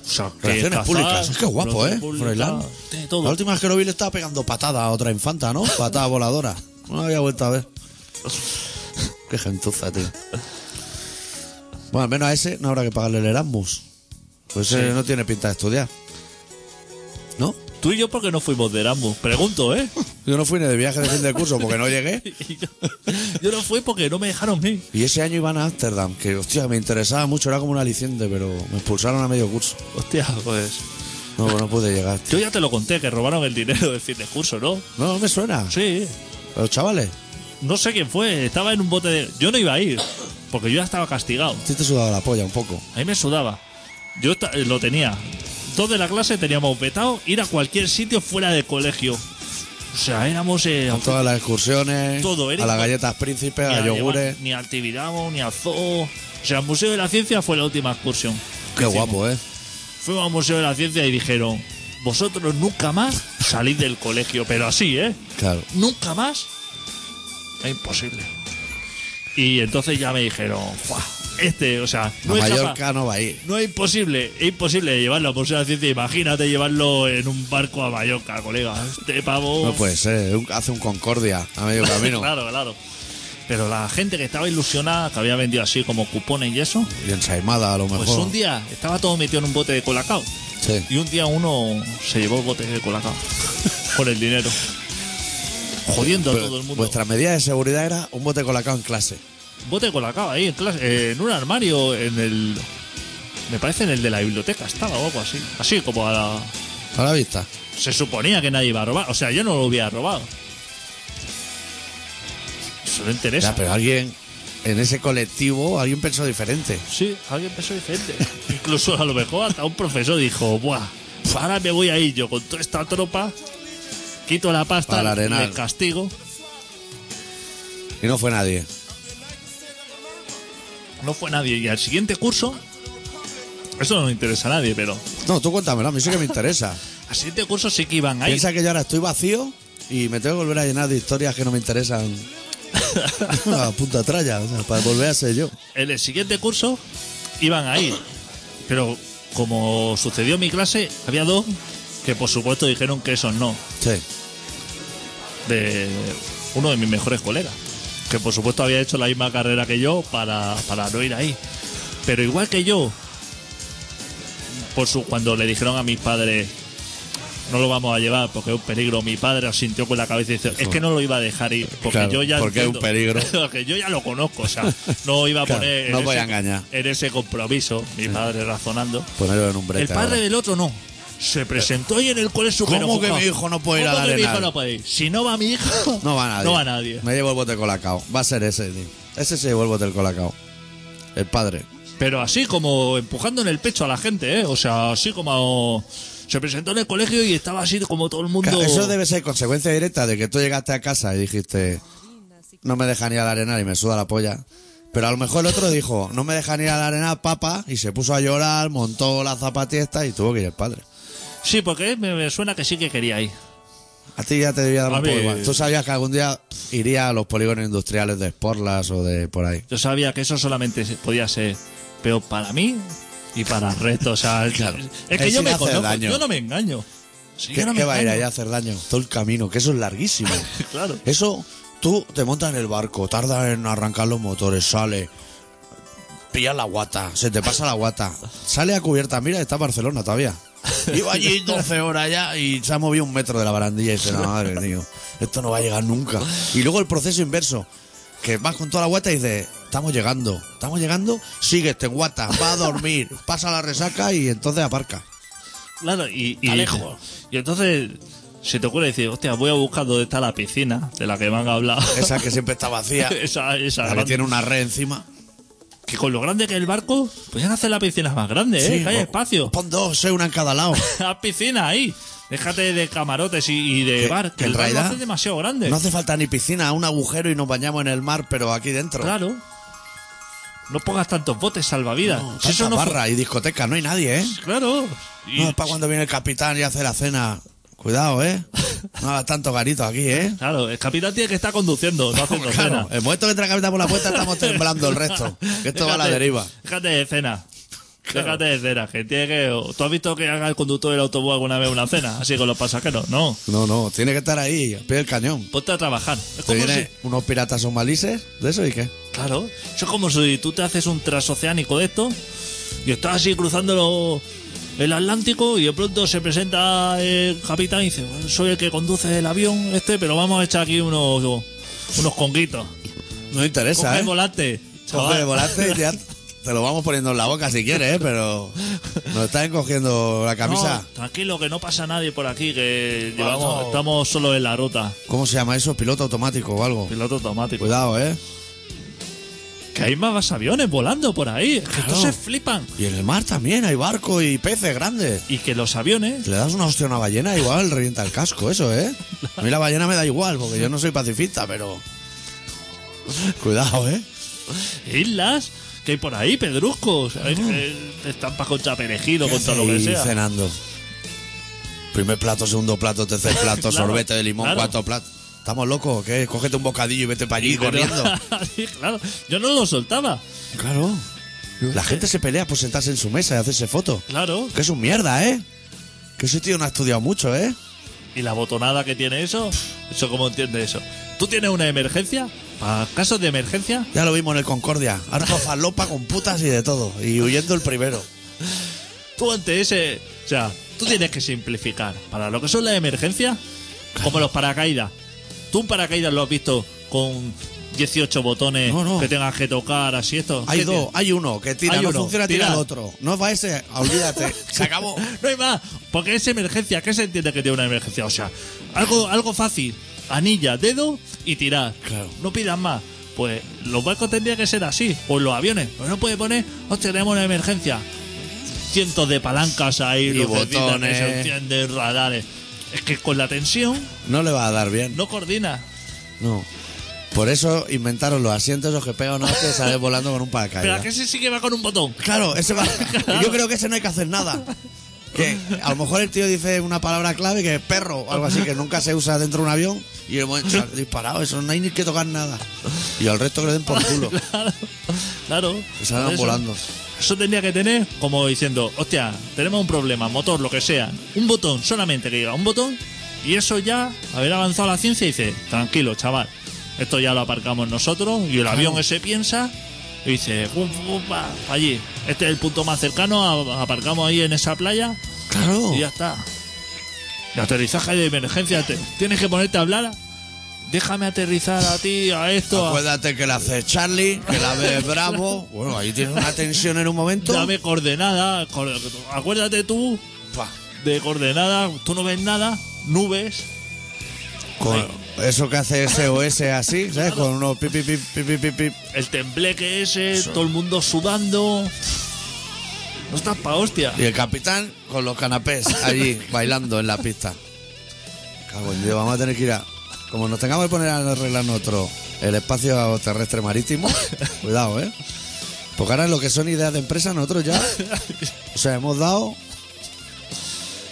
B: o sea, que
A: Relaciones
B: cazar,
A: públicas. Es que guapo,
B: relaciones
A: ¿eh?
B: públicas,
A: Froilán.
B: tiene
A: La
B: todo.
A: última vez que lo vi le estaba pegando patada a otra infanta, ¿no? Patada voladora. No la había vuelto a ver. Qué gentuza, tío. Bueno, al menos a ese no habrá que pagarle el Erasmus. Pues ese
B: Sí.
A: no tiene pinta de estudiar. ¿No?
B: Tú y yo porque no fuimos de Erasmus, pregunto, ¿eh?
A: Yo no fui ni de viaje de fin de curso porque no llegué.
B: Y yo, yo no fui porque no me dejaron ir.
A: Y ese año iban a Ámsterdam, que hostia, me interesaba mucho, era como un aliciente, pero me expulsaron a medio curso.
B: Hostia, pues.
A: No, no pude llegar. tío.
B: Yo ya te lo conté, que robaron el dinero del fin de curso, ¿no?
A: No, no me suena.
B: Sí.
A: Los chavales,
B: No sé quién fue, estaba en un bote de. Yo no iba a ir, porque yo ya estaba castigado.
A: sí te sudaba la polla un poco.
B: A mí me sudaba. Yo esta- lo tenía. Dos de la clase teníamos vetado ir a cualquier sitio fuera del colegio. O sea, éramos. eh,
A: A todas las excursiones,
B: Todo, era
A: a las
B: igual.
A: galletas príncipe, a
B: ni
A: las
B: a-
A: yogures.
B: Ni al Tibidabo, ni al Zoo. O sea, el Museo de la Ciencia fue la última excursión.
A: Qué
B: Hicimos.
A: guapo, ¿eh?
B: Fuimos al Museo de la Ciencia y dijeron: Vosotros nunca más salid del colegio, pero así, ¿eh?
A: Claro.
B: Nunca más. Es imposible. Y entonces ya me dijeron: "Fua, Este, o sea,
A: A
B: no es capaz.
A: Mallorca no va a ir.
B: No es imposible, es imposible llevarlo al Museo de la Ciencia. Imagínate llevarlo en un barco a Mallorca, colega. Este pavo.
A: No puede ser, un- hace un Concordia a medio camino.
B: Claro, claro. Pero la gente que estaba ilusionada, que había vendido así como cupones y eso,
A: Y ensaimada a lo mejor.
B: pues un día estaba todo metido en un bote de colacao.
A: Sí.
B: Y un día uno se llevó el bote de colacao con el dinero. jodiendo
A: Pero
B: a todo el mundo.
A: Vuestra medida de seguridad era un bote colacao en clase.
B: Bote con la cava ahí en clase, eh, en un armario, en el. Me parece en el de la biblioteca estaba o algo así. Así como a la.
A: A la vista.
B: Se suponía que nadie iba a robar. O sea, yo no lo hubiera robado. Eso no interesa.
A: Ya, pero alguien en ese colectivo, alguien pensó diferente.
B: Sí, alguien pensó diferente. Incluso a lo mejor hasta un profesor dijo, buah, ahora me voy a ir yo con toda esta tropa, quito la pasta,
A: Para el
B: el
A: Arenal.
B: castigo.
A: Y no fue nadie.
B: No fue nadie. Y al siguiente curso, eso no le interesa a nadie, pero
A: No, tú cuéntamelo, a mí sí que me interesa.
B: al siguiente curso sí que iban a ir.
A: Piensa que yo ahora estoy vacío y me tengo que volver a llenar de historias que no me interesan. a punta tralla, o sea, para volver a ser yo.
B: En el siguiente curso iban a ir. Pero como sucedió en mi clase, había dos que por supuesto dijeron que esos no.
A: Sí.
B: de uno de mis mejores colegas, que por supuesto había hecho la misma carrera que yo para, para no ir ahí. Pero igual que yo, por su, cuando le dijeron a mis padres, no lo vamos a llevar porque es un peligro, mi padre asintió con la cabeza y dice, es que no lo iba a dejar ir, porque
A: Claro,
B: yo ya...
A: porque es un peligro.
B: porque yo ya lo conozco, o sea, no iba a
A: Claro,
B: poner...
A: no
B: en
A: voy
B: ese-
A: a engañar.
B: En ese compromiso, mi padre razonando.
A: Ponerlo en un brete.
B: El padre
A: ahora.
B: del otro no. Se presentó y en el cole super
A: ¿Cómo que
B: enfocado.
A: mi hijo no puede ir
B: ¿Cómo
A: al
B: que mi
A: Arenal?
B: hijo no puede ir? Si no va mi hijo,
A: No va nadie.
B: No va nadie.
A: Me llevo el bote colacao. Va a ser ese, tío. Ese se llevó el bote del colacao. El padre.
B: Pero así como empujando en el pecho a la gente, ¿eh? O sea, así como se presentó en el colegio y estaba así como todo el mundo.
A: Claro, Eso debe ser consecuencia directa de que tú llegaste a casa y dijiste, no me dejan ir al arenal y me suda la polla. Pero a lo mejor el otro dijo, no me dejan ir al arenal, papá, y se puso a llorar, montó la zapatiesta y tuvo que ir el padre.
B: Sí, porque me, me suena que sí que quería ir.
A: A ti ya te debía dar
B: A
A: un poco
B: mí-
A: igual. Tú sabías que algún día iría a los polígonos industriales de Sporlas o de por ahí.
B: Yo sabía que eso solamente se- podía ser peor para mí y para el resto. O sea, es que
A: Es
B: yo
A: sin
B: me
A: hacer
B: conozco,
A: daño.
B: yo no me engaño. Sí,
A: ¿Qué,
B: yo no me
A: qué va a ir
B: engaño.
A: allá a hacer daño? Todo el camino, que eso es larguísimo.
B: Claro.
A: Eso, tú te montas en el barco, tarda en arrancar los motores, sale, pillas la guata, se te pasa la guata, sale a cubierta, mira, está Barcelona todavía. Iba allí 12 horas ya y se ha movido un metro de la barandilla y dice, no, madre mío, esto no va a llegar nunca. Y luego el proceso inverso, que vas con toda la guata y dices, estamos llegando, estamos llegando, sigue este guata, va a dormir, pasa la resaca y entonces aparca.
B: Claro, y, y,
A: Está lejos.
B: y entonces se te ocurre decir, hostia, voy a buscar dónde está la piscina de la que me han hablado.
A: Esa que siempre está vacía,
B: esa, esa
A: la que
B: grande.
A: tiene una red encima.
B: Que con lo grande que es el barco, podrían hacer las piscinas más grandes, ¿eh? que hay
A: o-
B: espacio.
A: pues, Pon dos, soy una en cada lado.
B: Haz piscinas ahí. Déjate de camarotes y, y de
A: Que-
B: bar, que
A: que en
B: el bar lo
A: realidad
B: hace demasiado grande.
A: No hace falta ni piscina, un agujero y nos bañamos en el mar, pero aquí dentro.
B: Claro. No pongas tantos botes salvavidas.
A: No,
B: Si eso
A: tanta
B: no fu-
A: barra y discoteca, no hay nadie, ¿eh?
B: Claro. Y-
A: No, es para cuando viene el capitán y hace la cena. Cuidado, ¿eh? No hagas tanto garito aquí, ¿eh?
B: Claro, el capitán tiene que estar conduciendo, no haciendo
A: Claro,
B: cena.
A: el momento que entra el capitán por la puerta estamos temblando el resto. Que esto va a la
B: Déjate-
A: deriva.
B: Déjate de cena. Déjate de cena, que tiene que. o- ¿Tú has visto que haga el conductor del autobús alguna vez una cena? Así con los pasajeros. No.
A: No, no, tiene que estar ahí, al pie del cañón.
B: Ponte a trabajar. Es
A: Te
B: como si-
A: vienen unos piratas somalices de eso y qué.
B: Claro, eso es como si tú te haces un transoceánico de esto y estás así cruzando lo- el Atlántico y de pronto se presenta el capitán y dice, "Bueno, soy el que conduce el avión este, pero vamos a echar aquí unos, unos conguitos.
A: No interesa,
B: Coge
A: ¿eh?
B: el volante, chaval.
A: Coge, volaste, ya te lo vamos poniendo en la boca si quieres, ¿eh? pero nos están encogiendo la
B: No,
A: camisa.
B: tranquilo, que no pasa nadie por aquí, que
A: Vamos.
B: llevamos- estamos solo en la ruta.
A: ¿Cómo se llama eso? ¿Piloto automático o algo?
B: Piloto automático.
A: Cuidado, ¿eh?
B: Que hay más aviones volando por ahí. Que
A: Claro.
B: estos se flipan.
A: Y en el mar también hay barco y peces grandes.
B: Y que los aviones
A: Le das una hostia a una ballena, igual revienta el casco, eso, ¿eh? A mí la ballena me da igual, porque yo no soy pacifista, pero... Cuidado, ¿eh?
B: islas que hay por ahí, pedruscos, hay, eh, estampas contra perejido, contra lo que
A: Y
B: sea.
A: cenando. Primer plato, segundo plato, tercer plato,
B: Claro,
A: sorbete de limón,
B: claro.
A: cuarto plato. ¿Estamos locos o qué? Cógete un bocadillo y vete para allí
B: Y pero-
A: corriendo.
B: Sí, claro, yo no lo soltaba,
A: Claro. La gente se pelea por sentarse en su mesa y hacerse fotos.
B: claro.
A: Que es un mierda, ¿eh? Que ese tío no ha estudiado mucho, ¿eh?
B: Y la botonada que tiene eso, eso cómo entiende eso. ¿Tú tienes una emergencia? ¿Para casos de emergencia?
A: Ya lo vimos en el Concordia. Harto falopa con putas y de todo. Y huyendo el primero.
B: Tú ante ese... O sea, tú tienes que simplificar. Para lo que son las emergencias, como los paracaídas. ¿Tú un paracaídas lo has visto con 18 botones
A: No, no.
B: que tengas que tocar así esto?
A: Hay
B: ¿Qué
A: dos,
B: tiene?
A: hay uno que tira,
B: Hay
A: no
B: uno,
A: funciona, tira,
B: tira.
A: el otro. No va ese, olvídate. Se acabó.
B: No hay más. Porque es emergencia. ¿Qué se entiende que tiene una emergencia? O sea, algo, algo fácil. Anilla, dedo y tirar.
A: Claro.
B: No pidas más. Pues los barcos tendrían que ser así. O en los aviones. Pero no puede poner, hostia, tenemos una emergencia. Cientos de palancas ahí, lucecitas
A: botones.
B: que se encienden, radares. Es que con la tensión
A: No le va a dar bien.
B: no coordina.
A: No. Por eso inventaron los asientos los que pega una hostia y sale volando con un
B: Pero
A: paracaídas.
B: a que ese sí que va con un botón.
A: Claro, ese va. Yo creo que ese no hay que hacer nada. Que a lo mejor el tío dice una palabra clave que es perro o algo así que nunca se usa dentro de un avión y el momento sale disparado, eso no hay ni que tocar nada. Y al resto que le den por culo.
B: Claro, claro.
A: Que salgan
B: Eso-
A: volando.
B: Eso tendría que tener como diciendo, hostia, tenemos un problema, motor, lo que sea, un botón, solamente que diga un botón, y eso ya, haber avanzado la ciencia, y dice, tranquilo, chaval, esto ya lo aparcamos nosotros, y el avión ese piensa, y dice, "Bum, bum, pa, pa allí, este es el punto más cercano, a- aparcamos ahí en esa playa,
A: Claro.
B: y ya está. El aterrizaje de emergencia, te- tienes que ponerte a hablar, déjame aterrizar a ti, a esto, a-
A: Acuérdate que la hace Charlie, que la ve Bravo. Bueno, ahí tienes una tensión en un momento.
B: dame coordenadas, cor- acuérdate tú
A: Pa.
B: de coordenadas, tú no ves nada, nubes.
A: Con eso que hace SOS así, ¿sabes? Con unos pip, pip, pip, pip, pip, pip, pip.
B: El tembleque ese, todo el mundo sudando. No estás pa' hostia.
A: Y el capitán con los canapés allí bailando en la pista. Cago en Dios, vamos a tener que ir a. Como nos tengamos que poner a arreglar nuestro el espacio terrestre marítimo, cuidado, ¿eh? Porque ahora lo que son ideas de empresa, nosotros ya. O sea, hemos dado.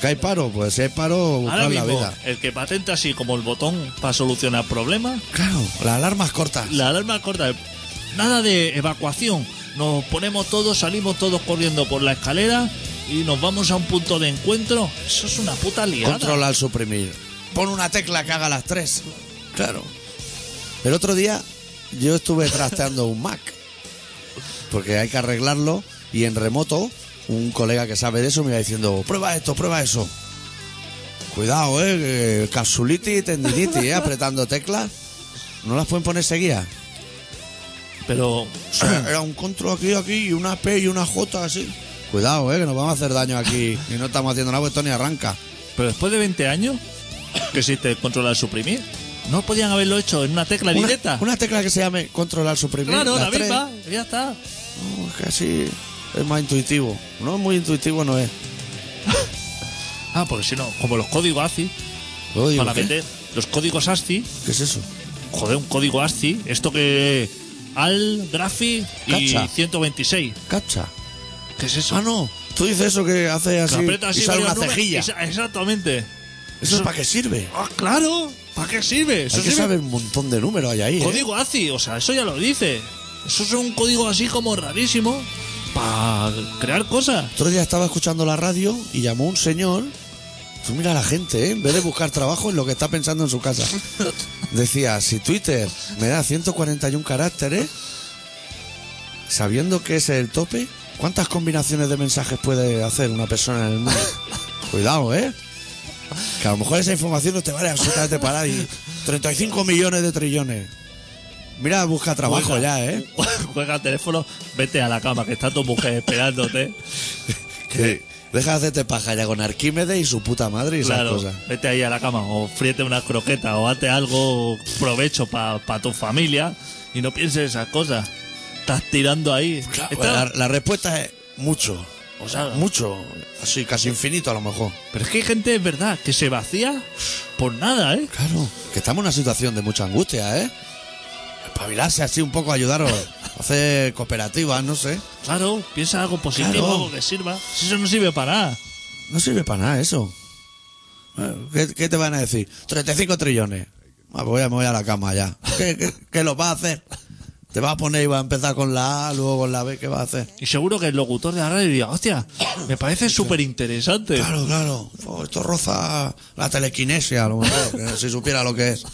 A: ¿Que hay paro? Pues si hay paro,
B: Ahora
A: buscar la
B: mismo,
A: vida.
B: el que patenta así como el botón para solucionar problemas,
A: Claro, las alarmas cortas.
B: la alarma corta. Nada de evacuación. Nos ponemos todos, salimos todos corriendo por la escalera y nos vamos a un punto de encuentro. Eso es una puta liada.
A: Control al suprimir. Pon una tecla que haga las tres. Claro. El otro día yo estuve trasteando un Mac. Porque hay que arreglarlo. Y en remoto, un colega que sabe de eso me iba diciendo, prueba esto, prueba eso. Cuidado, eh, que capsulitis, tendinitis, eh, apretando teclas. ¿No las pueden poner seguidas?
B: Pero
A: O sea, era un control aquí, aquí, y una P y una J así. Cuidado, eh, que nos vamos a hacer daño aquí. Y no estamos haciendo nada, pues esto ni arranca.
B: Pero después de 20 años que existe el control al suprimir, no podían haberlo hecho en una tecla
A: Una-
B: directa.
A: Una, tecla que se llame controlar, suprimir.
B: claro,
A: las
B: la
A: tres.
B: misma, ya está.
A: No, es que así es más intuitivo. No es muy intuitivo, no es.
B: Ah, porque si no, como los códigos ASCII,
A: Yo digo,
B: para
A: ¿qué?
B: meter los códigos ASCII,
A: ¿Qué es eso?
B: joder, un código ASCII, esto que al, grafi y
A: Cacha.
B: 126.
A: Captcha.
B: ¿Qué es eso?
A: Ah, no. Tú dices eso que hace
B: Que
A: así,
B: aprieta así
A: y sale
B: varios
A: una
B: números.
A: cejilla.
B: Esa- Exactamente.
A: ¿Eso es para qué sirve?
B: Ah, claro. ¿Para qué sirve? Eso
A: Hay que
B: sirve-
A: saber un montón de números hay ahí. ¿eh?
B: Código ASCII, o sea, eso ya lo dice. Eso es un código así como rarísimo para crear cosas.
A: Otro día estaba escuchando la radio y llamó un señor. Tú mira a la gente, ¿eh? en vez de buscar trabajo, en lo que está pensando en su casa. Decía, si Twitter me da 141 caracteres, sabiendo que ese es el tope, ¿cuántas combinaciones de mensajes puede hacer una persona en el mundo? Cuidado, ¿eh? Que a lo mejor esa información no te vale absolutamente para nadie. 35 millones de trillones. Mira, busca trabajo
B: Juega.
A: ya, ¿eh?
B: Juega al teléfono, vete a la cama, que está tu mujer esperándote.
A: Que deja de hacerte paja ya con Arquímedes y su puta madre y esas
B: claro,
A: cosas.
B: vete ahí a la cama, o fríete unas croquetas, o hazte algo provecho para tu familia y no pienses esas cosas. Estás tirando ahí.
A: Claro,
B: Está- Ah.
A: la, la respuesta es mucho. O sea, mucho. Así, casi infinito a lo mejor.
B: Pero es que hay gente, es verdad, que se vacía por nada, ¿eh?
A: Claro. Que estamos en una situación de mucha angustia, ¿eh? Espabilarse así un poco, ayudaros. Hacer cooperativas, no sé.
B: Claro, piensa algo positivo,
A: Claro.
B: algo que sirva. Si eso no sirve para nada.
A: No sirve para nada eso. Eh, ¿Qué, qué te van a decir? 35 trillones. Ah, pues voy a- me voy a la cama ya. ¿Qué, qué, qué lo vas a hacer? Te vas a poner y vas a empezar con la A, luego con la B, ¿qué vas a hacer?
B: Y seguro que el locutor de la radio diría, hostia, me parece súper interesante.
A: Claro, claro. Oh, esto roza la telequinesia, a lo mejor, que si supiera lo que es.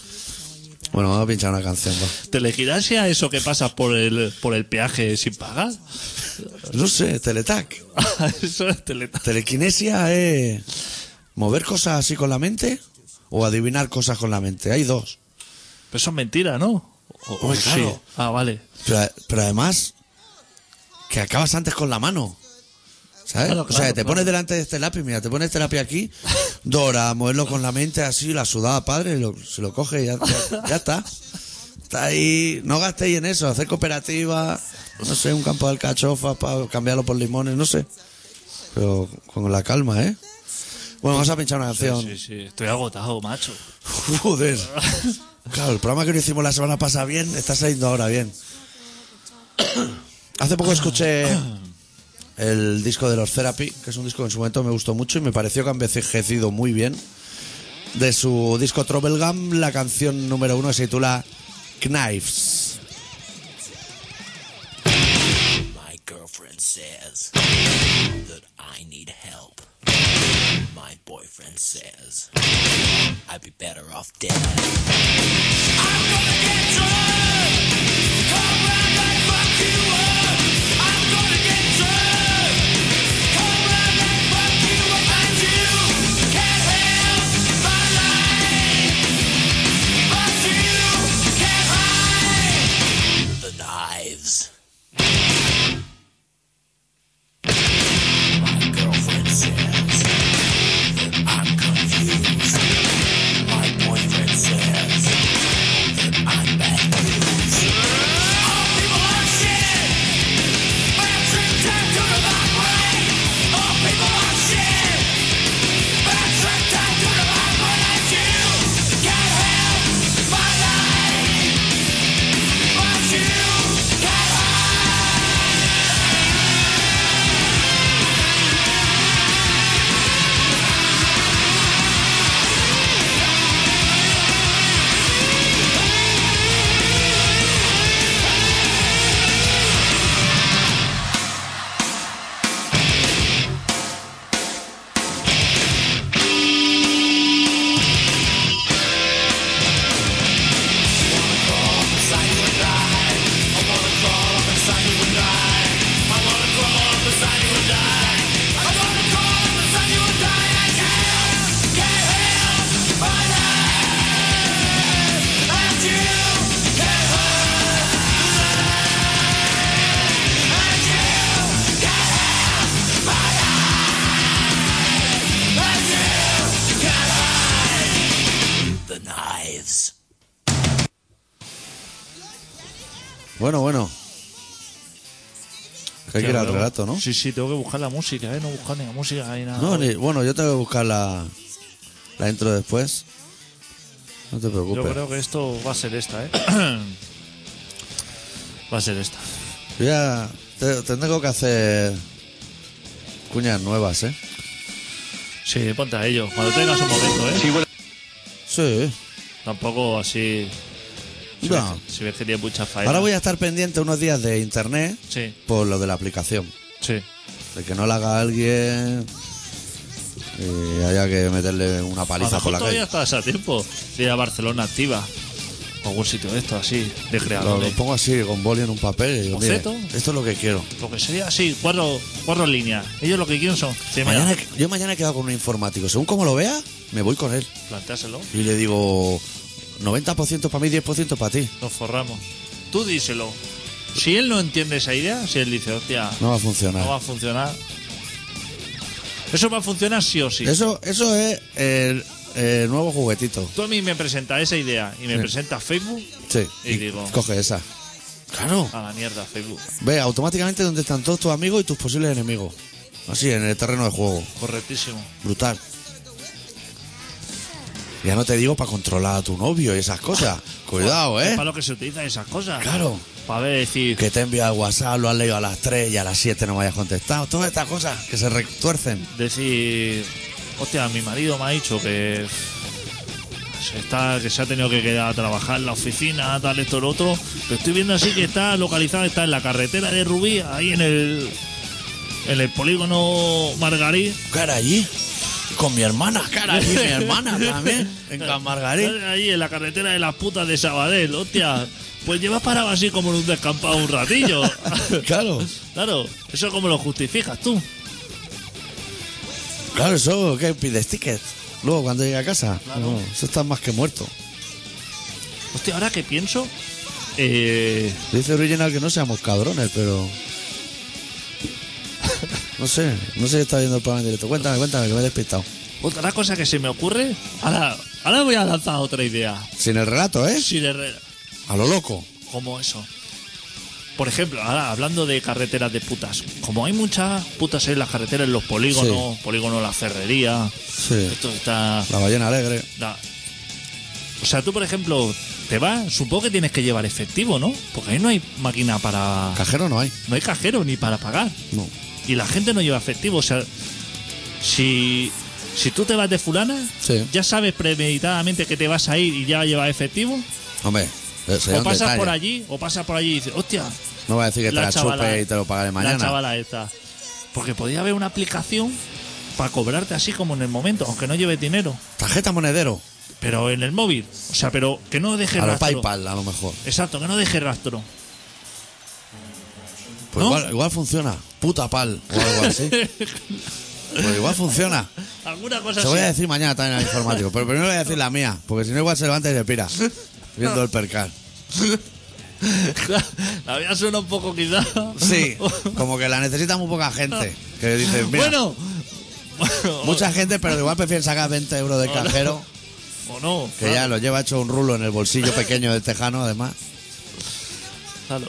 A: Bueno, vamos a pinchar una canción. va.
B: ¿Telegirasia eso que pasa por el, por el peaje sin pagar?
A: No sé, teletac.
B: eso es teleta.
A: Telequinesia es mover cosas así con la mente o adivinar cosas con la mente. Hay dos.
B: Pero eso es mentira, ¿no? O- o
A: Hombre, claro.
B: Ah, vale.
A: Pero, pero además, que acabas antes con la mano. ¿Sabes?
B: Claro,
A: o sea,
B: claro,
A: te
B: claro.
A: pones delante de este lápiz, mira, te pones este lápiz aquí, Dora, moverlo con la mente así, la sudada padre, lo- se lo coge y ya, ya- ya está. Está ahí, no gastéis en eso, hacer cooperativa, no sé, un campo de alcachofa para cambiarlo por limones, no sé. Pero con la calma, ¿eh? Bueno, vamos a pinchar una
B: Sí,
A: canción.
B: sí, sí. Estoy agotado, macho.
A: Joder. Claro, el programa que no hicimos la semana pasada bien, está saliendo ahora bien. Hace poco escuché el disco de los Therapy, que es un disco que en su momento me gustó mucho y me pareció que han envejecido muy bien. De su disco Troublegum, la canción número uno se titula Knives.
C: My girlfriend says that I need help. My boyfriend says I'd be better off dead. I'm gonna get drunk. Come round and fuck you up. I'm gonna get drunk. Come round and fuck you up. And you can't help my life. But you can't hide the knives. My girlfriend says that I'm confused. My boyfriend says that I'm bad news. All people are shit. Bad trips that do the right way. All people are shit. Bad trips that do the right way. And you can't help my life, but you can't hide. The knives.
A: Bueno, bueno. Que hay que ir al
B: Claro.
A: relato, ¿no?
B: Sí, sí, tengo que buscar la música, ¿eh? No buscar ni la música ni nada.
A: No, ni- bueno, yo tengo que buscar la, la intro después. No te
B: Yo
A: preocupes.
B: creo que esto va a ser esta, ¿eh? va a ser esta.
A: Yo Ya te- tengo que hacer cuñas nuevas, ¿eh?
B: Sí, ponte a ello. Cuando tengas un momento, ¿eh?
A: Sí.
B: Tampoco así... Si,
A: No.
B: ves, si ves que tienes mucha faena.
A: Ahora voy a estar pendiente unos días de internet
B: Sí,
A: por lo de la aplicación.
B: sí.
A: De que no la haga alguien y haya que meterle una
B: A lo
A: paliza
B: mejor
A: por la
B: todavía
A: calle.
B: estás a tiempo de ir a Barcelona activa. O algún sitio de esto así, de
A: Lo, lo
B: creadores.
A: pongo así, con boli en un papel. y digo, mire,
B: Boceto.
A: esto es lo que quiero.
B: Lo que sería así, cuatro, cuatro líneas. Ellos lo que quieren son... Sí, mira,
A: Mañana, yo mañana he quedado con un informático. Según como lo vea, me voy con él.
B: planteárselo.
A: Y le digo, 90% para mí, 10% para ti.
B: Nos forramos. Tú díselo. Si él no entiende esa idea, si él dice, hostia,
A: No va a
B: no va
A: funcionar.
B: a funcionar. Eso va a funcionar sí o sí.
A: Eso, eso es el, el nuevo juguetito.
B: Tú a mí me presenta esa idea y me
A: Sí.
B: presenta Facebook,
A: Sí.
B: Y digo-
A: Coge esa. Claro.
B: a la mierda Facebook.
A: Ve automáticamente dónde están todos tus amigos y tus posibles enemigos. Así, en el terreno de juego.
B: Correctísimo.
A: Brutal. Ya no te digo para controlar a tu novio y esas cosas. Cuidado,
B: Es
A: ¿eh?
B: para lo que se utilizan esas cosas.
A: Claro.
B: Para ver, decir,
A: Que te envía el WhatsApp, lo has leído a las 3 y a las 7 no me hayas contestado. Todas estas cosas que se retuercen.
B: decir, hostia, mi marido me ha dicho que se está que se ha tenido que quedar a trabajar en la oficina, tal, esto, lo otro. Pero estoy viendo así que está localizado, está en la carretera de Rubí, ahí en el en el polígono Margarí.
A: Cara allí. Con mi hermana, cara allí, mi hermana también. En Can Margarín.
B: Ahí en la carretera de las putas de Sabadell, hostia. Pues llevas parado así como en un descampado un ratillo.
A: Claro.
B: claro, eso como lo justificas tú.
A: Claro, eso que pides tickets. Luego cuando llegue a casa.
B: Claro.
A: No, eso está más que muerto.
B: Hostia, ahora que pienso. Eh,
A: Dice Original que no seamos cabrones, pero. No sé, no sé si está viendo el programa en directo. Cuéntame, cuéntame, que me he despistado.
B: otra cosa que se me ocurre. Ahora, ahora voy a lanzar otra idea.
A: Sin el relato, ¿eh?
B: Si le re-
A: A lo loco.
B: como eso. Por ejemplo, ahora hablando de carreteras de putas. Como hay muchas putas en las carreteras, en los polígonos, polígono la ferrería.
A: Sí.
B: Esto está.
A: La ballena alegre.
B: da- O sea, tú, por ejemplo, te vas, supongo que tienes que llevar efectivo, ¿no? Porque ahí no hay máquina para.
A: Cajero no hay.
B: No hay cajero ni para pagar.
A: No.
B: Y la gente Ah. no lleva efectivo. O sea, si. Si tú te vas de fulana,
A: Sí.
B: ya sabes premeditadamente que te vas a ir y ya llevas efectivo.
A: Hombre, eh, sería
B: O
A: un
B: pasas
A: detalle.
B: por allí, o pasas por allí y dices, hostia,
A: No va a decir que te la chupe y te lo pagaré
B: La
A: mañana.
B: chavala esta. Porque podía haber una aplicación para cobrarte así como en el momento, aunque no lleves dinero,
A: Tarjeta monedero.
B: pero en el móvil. O sea, pero que no deje
A: A lo
B: rastro.
A: PayPal, a lo mejor.
B: Exacto, que no deje rastro.
A: Pues
B: ¿No?
A: igual, igual funciona. Puta pal o algo así. pues igual funciona.
B: Alguna cosa
A: Se
B: así.
A: voy a decir mañana también al informático. Pero primero voy a decir la mía. Porque si no, igual se levanta y se pira. Viendo el percal.
B: La vida suena un poco quizá.
A: Sí, como que la necesita muy poca gente. Que dice, mira,
B: bueno.
A: mucha gente, pero igual prefieren sacar 20 euros del
B: Hola.
A: cajero.
B: O no.
A: Que ya lo lleva hecho un rulo en el bolsillo pequeño del tejano, además.
B: claro.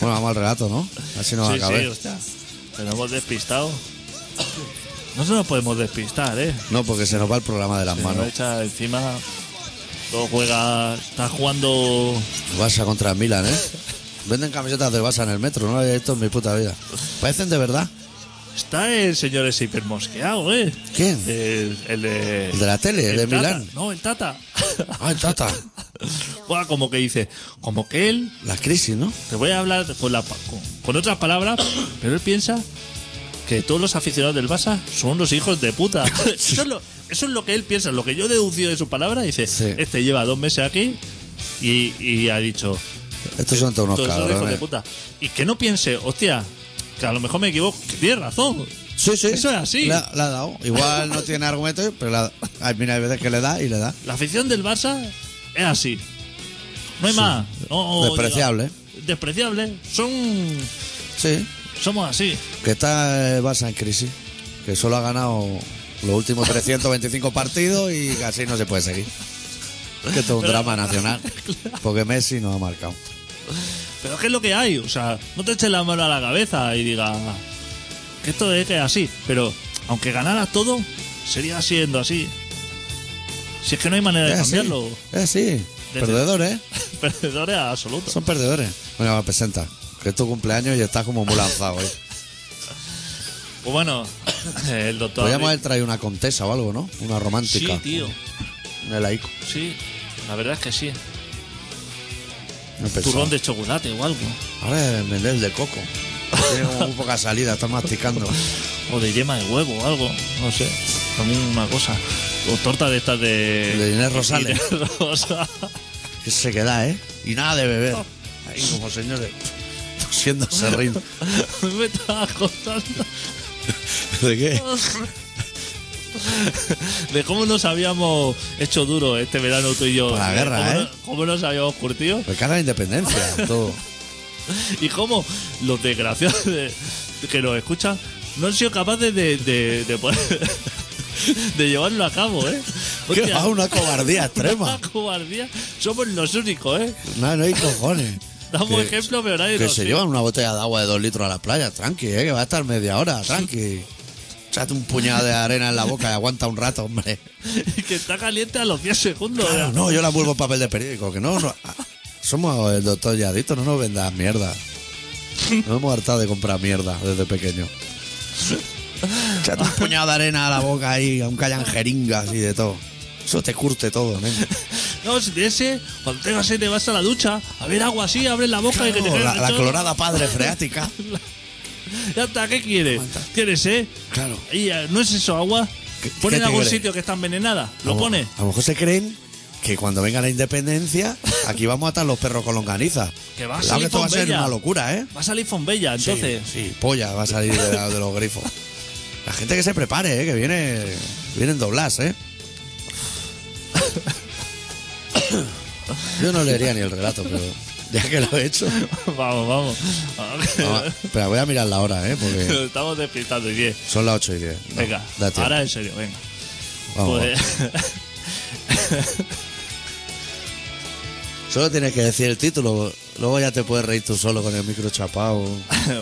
A: Bueno, vamos al relato, ¿no? Así no va a
B: Ah, Sí, sí,
A: acabar.
B: hostia. Pero nos hemos despistado. No se nos podemos despistar, ¿eh?
A: No, porque se nos va el programa de las
B: Mano.
A: manos.
B: Echa encima. Todo juega. Está jugando
A: Barça contra el Milan, ¿eh? Venden camisetas del Barça en el metro, no lo había visto en mi puta vida. Parecen de verdad.
B: Está el señor ese hipermosqueado, ¿eh?
A: ¿Quién?
B: El, el de...
A: El de la tele, el de
B: Tata.
A: Milán.
B: No, el Tata.
A: Ay, tata.
B: Buah, como que dice, como que él,
A: La crisis, ¿no?
B: te voy a hablar con, la, con, con otras palabras, pero él piensa que todos los aficionados del Barça son unos hijos de puta. Eso, es lo, eso es lo que él piensa, lo que yo he deducido de su palabra. Dice,
A: Sí.
B: este lleva dos meses aquí y, y ha dicho,
A: Estos son todos unos
B: todos son hijos de
A: cabrones.
B: puta. Y que no piense, hostia, que a lo mejor me equivoco, que tiene razón.
A: Sí, sí.
B: Eso es así.
A: Le ha, le ha dado. Igual no tiene argumentos, pero la, ay, mira, hay veces que le da y le da.
B: La afición del Barça es así. No hay más. No,
A: Despreciable.
B: diga- despreciable. Son.
A: Sí.
B: Somos así.
A: Que está el Barça en crisis. Que solo ha ganado los últimos 325 partidos y así no se puede seguir. Que esto es un drama nacional. Porque Messi no ha marcado.
B: Pero es que es lo que hay. O sea, no te eches la mano a la cabeza y digas que esto es que es así. Pero aunque ganaras todo, sería siendo así. Si es que no hay manera de
A: Es así.
B: cambiarlo.
A: Es así.
B: Desde-
A: Perdedores. ¿eh?
B: Perdedores absolutos.
A: Son perdedores. Venga, va, presenta. Que es tu cumpleaños y estás como muy lanzado hoy.
B: Pues bueno, el doctor.
A: Podríamos
B: Abril-
A: haber traído una contesa o algo, ¿no? Una romántica.
B: Sí, tío.
A: Una laico.
B: Sí. La verdad es que sí.
A: No he pensado.
B: Turrón de chocolate o algo.
A: Ahora es Menel de coco. Tiene como muy poca salida, está masticando.
B: O de yema de huevo o algo, no sé. También una cosa. O torta de estas de.
A: De Inés Rosales.
B: Inés Rosa.
A: Que se queda, ¿eh? Y nada de beber. Ahí como señores. Siendo serrín.
B: Me estabas contando
A: ¿De qué?
B: de cómo nos habíamos hecho duro este verano tú y yo.
A: Para la
B: De
A: guerra,
B: cómo
A: ¿eh?
B: nos- Cómo nos habíamos curtido
A: Porque ahora Pues la independencia, todo.
B: y cómo los desgraciados de- que nos escuchan no han sido capaces de, de, de poder- de llevarlo a cabo, ¿eh?
A: ¿Qué
B: Hostia,
A: va? Una cobardía extrema.
B: una cobardía. Somos los únicos, ¿eh?
A: No, no hay cojones.
B: Damos
A: Que-
B: ejemplo, pero nadie
A: Que
B: nos
A: se
B: sigue.
A: llevan una botella de agua de dos litros a la playa, tranqui, eh, que va a estar media hora, tranqui. Echate un puñado de arena en la boca y aguanta un rato, hombre.
B: Y que está caliente a los 10 segundos.
A: Claro,
B: ¿eh?
A: no, yo la vuelvo papel de periódico, que no, no. ah, Somos el doctor Yadito, no nos vendas mierda. Nos hemos hartado de comprar mierda desde pequeño. Echate un puñado de arena a la boca ahí, aunque hayan jeringas y de todo. Eso te curte todo, nen.
B: No, si tienes sed, cuando tengas sed te vas a la ducha, a ver agua así, abres la boca y que te
A: Claro,
B: caiga
A: Oh, la,
B: el
A: la
B: chorro.
A: colorada padre freática.
B: Ya está, ¿qué quieres? ¿Quieres sed?
A: Claro.
B: Y eh, no es eso, agua.
A: ¿Qué-
B: Pon
A: qué
B: en
A: te
B: algún
A: crees?
B: sitio que está envenenada. Lo
A: A
B: pone.
A: A lo mejor se creen que cuando venga la independencia, aquí vamos a atar los perros con longaniza.
B: Que va a
A: Cuidado
B: salir
A: que esto va a ser
B: Pompeya.
A: una locura, ¿eh?
B: Va a salir Fonbella, entonces.
A: Sí, sí, polla va a salir de, la- de los grifos. La gente que se prepare, ¿eh? que viene, vienen doblas, ¿eh? Yo no leería ni el relato, pero ya que lo he hecho.
B: vamos, vamos.
A: Vamos, espera, voy a mirar la hora, Ah, ¿eh? Porque
B: Estamos despistando, y diez.
A: son las 8 y 10. No,
B: Venga,
A: da tiempo.
B: ahora en serio, venga.
A: Vamos,
B: Pues-
A: Solo tienes que decir el título. Luego ya te puedes reír tú solo con el micro chapado.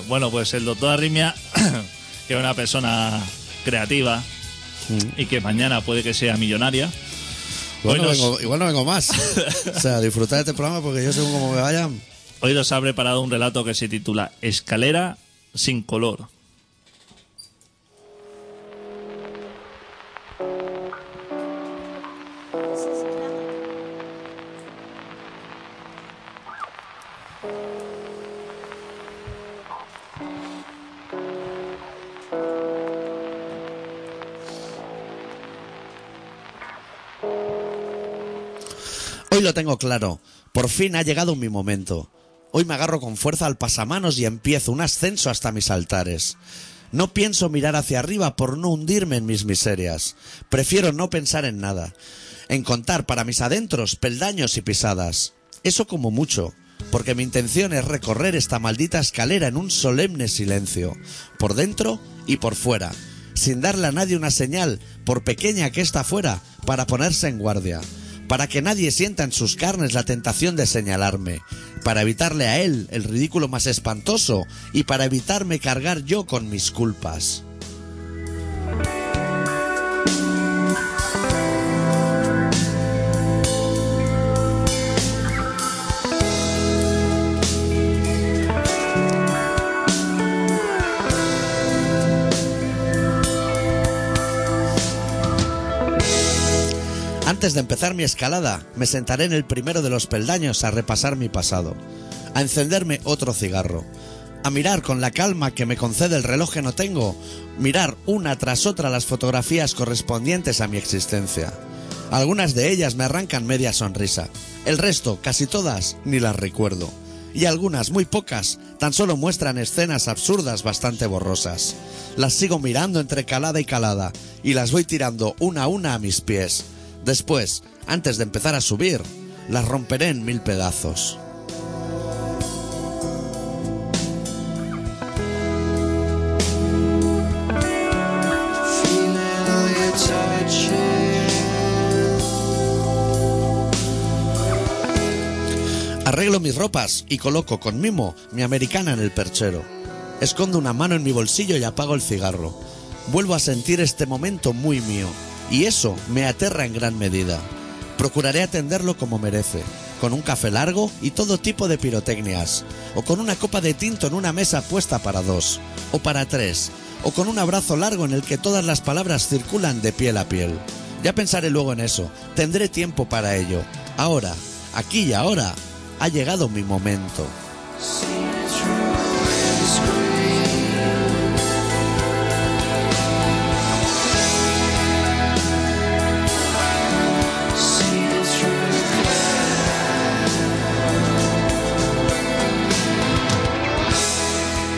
B: bueno, pues el doctor Arrimia, que es una persona creativa
A: Mm.
B: y que mañana puede que sea millonaria.
A: Igual, no
B: Hoy nos-
A: vengo, igual no vengo más. O sea, disfrutar de este programa porque yo según como me vayan.
B: Hoy nos ha preparado un relato que se titula Escalera sin color.
A: Hoy lo tengo claro. Por fin ha llegado mi momento. Hoy me agarro con fuerza al pasamanos y empiezo un ascenso hasta mis altares. No pienso mirar hacia arriba por no hundirme en mis miserias. Prefiero no pensar en nada. En contar para mis adentros peldaños y pisadas. Eso como mucho, porque mi intención es recorrer esta maldita escalera en un solemne silencio, por dentro y por fuera, sin darle a nadie una señal, por pequeña que ésta fuera, para ponerse en guardia para que nadie sienta en sus carnes la tentación de señalarme, para evitarle a él el ridículo más espantoso y para evitarme cargar yo con mis culpas. Antes de empezar mi escalada, me sentaré en el primero de los peldaños a repasar mi pasado, a encenderme otro cigarro, a mirar con la calma que me concede el reloj que no tengo, mirar una tras otra las fotografías correspondientes a mi existencia. Algunas de ellas me arrancan media sonrisa, el resto, casi todas, ni las recuerdo, y algunas, muy pocas, tan solo muestran escenas absurdas bastante borrosas. Las sigo mirando entre calada y calada, y las voy tirando una a una a mis pies. Después, antes de empezar a subir, las romperé en mil pedazos. Arreglo mis ropas y coloco con mimo mi americana en el perchero. Escondo una mano en mi bolsillo y apago el cigarro. Vuelvo a sentir este momento muy mío y eso me aterra en gran medida. Procuraré atenderlo como merece, con un café largo y todo tipo de pirotecnias, o con una copa de tinto en una mesa puesta para dos, o para tres, o con un abrazo largo en el que todas las palabras circulan de piel a piel. Ya pensaré luego en eso, tendré tiempo para ello. Ahora, aquí y ahora, ha llegado mi momento.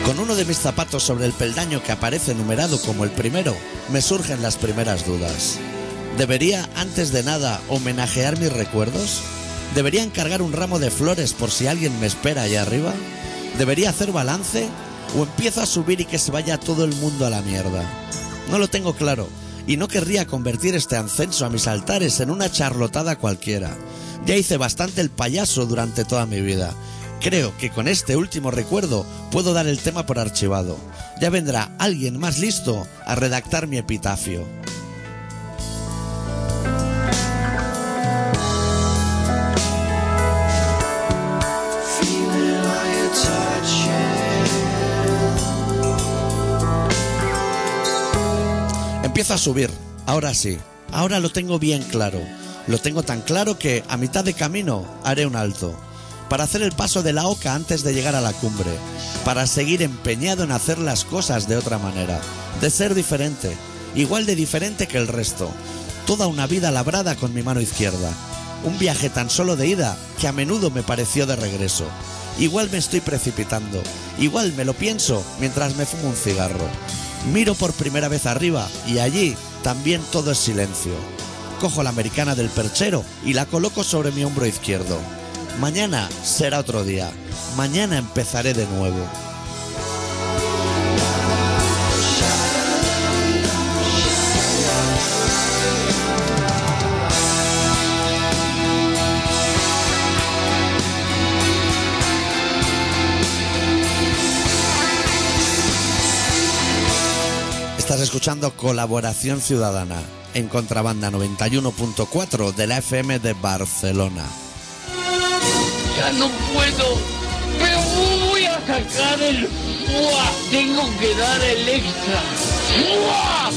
A: Con uno de mis zapatos sobre el peldaño que aparece numerado como el primero, me surgen las primeras dudas. ¿Debería, antes de nada, homenajear mis recuerdos? ¿Debería encargar un ramo de flores por si alguien me espera allá arriba? ¿Debería hacer balance? ¿O empiezo a subir y que se vaya todo el mundo a la mierda? No lo tengo claro, y no querría convertir este ascenso a mis altares en una charlotada cualquiera. Ya hice bastante el payaso durante toda mi vida. Creo que con este último recuerdo puedo dar el tema por archivado. Ya vendrá alguien más listo a redactar mi epitafio. Empiezo a subir, ahora sí. Ahora lo tengo bien claro. Lo tengo tan claro que a mitad de camino haré un alto. Para hacer el paso de la oca antes de llegar a la cumbre. Para seguir empeñado en hacer las cosas de otra manera. De ser diferente. Igual de diferente que el resto. Toda una vida labrada con mi mano izquierda. Un viaje tan solo de ida que a menudo me pareció de regreso. Igual me estoy precipitando. Igual me lo pienso mientras me fumo un cigarro. Miro por primera vez arriba y allí también todo es silencio. Cojo la americana del perchero y la coloco sobre mi hombro izquierdo. Mañana será otro día. Mañana empezaré de nuevo. Estás escuchando Colaboración Ciudadana en Contrabanda 91.4 de la FM de Barcelona.
D: Ya no puedo. Me voy a sacar el ¡Fua! Tengo que dar el extra. ¡Fua!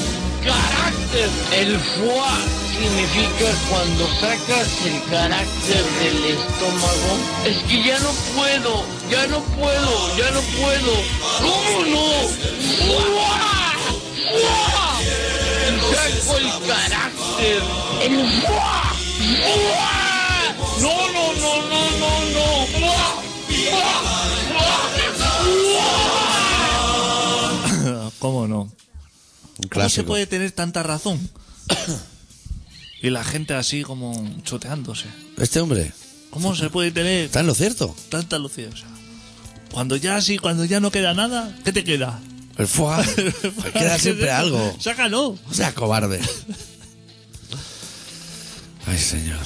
D: Carácter. El FUA significa cuando sacas el carácter del estómago. Es que ya no puedo. Ya no puedo. Ya no puedo. ¿Cómo no? ¡Fua! ¡Fua! Y Saco el carácter. El FUA. ¡Fua! No, no, no, no, no, no. ¡Fua! ¡Fua! ¡Fua! ¡Fua!
B: ¿Cómo no?
A: Un
B: ¿Cómo se
A: clásico.
B: puede tener tanta razón? y la gente así como choteándose.
A: Este hombre
B: ¿Cómo se puede tener
A: está en lo cierto.
B: tanta lucidez? O sea, cuando ya así, cuando ya no queda nada, ¿qué te queda?
A: El fuá. Queda siempre algo.
B: Sácalo.
A: O sea, cobarde. Ay, señor.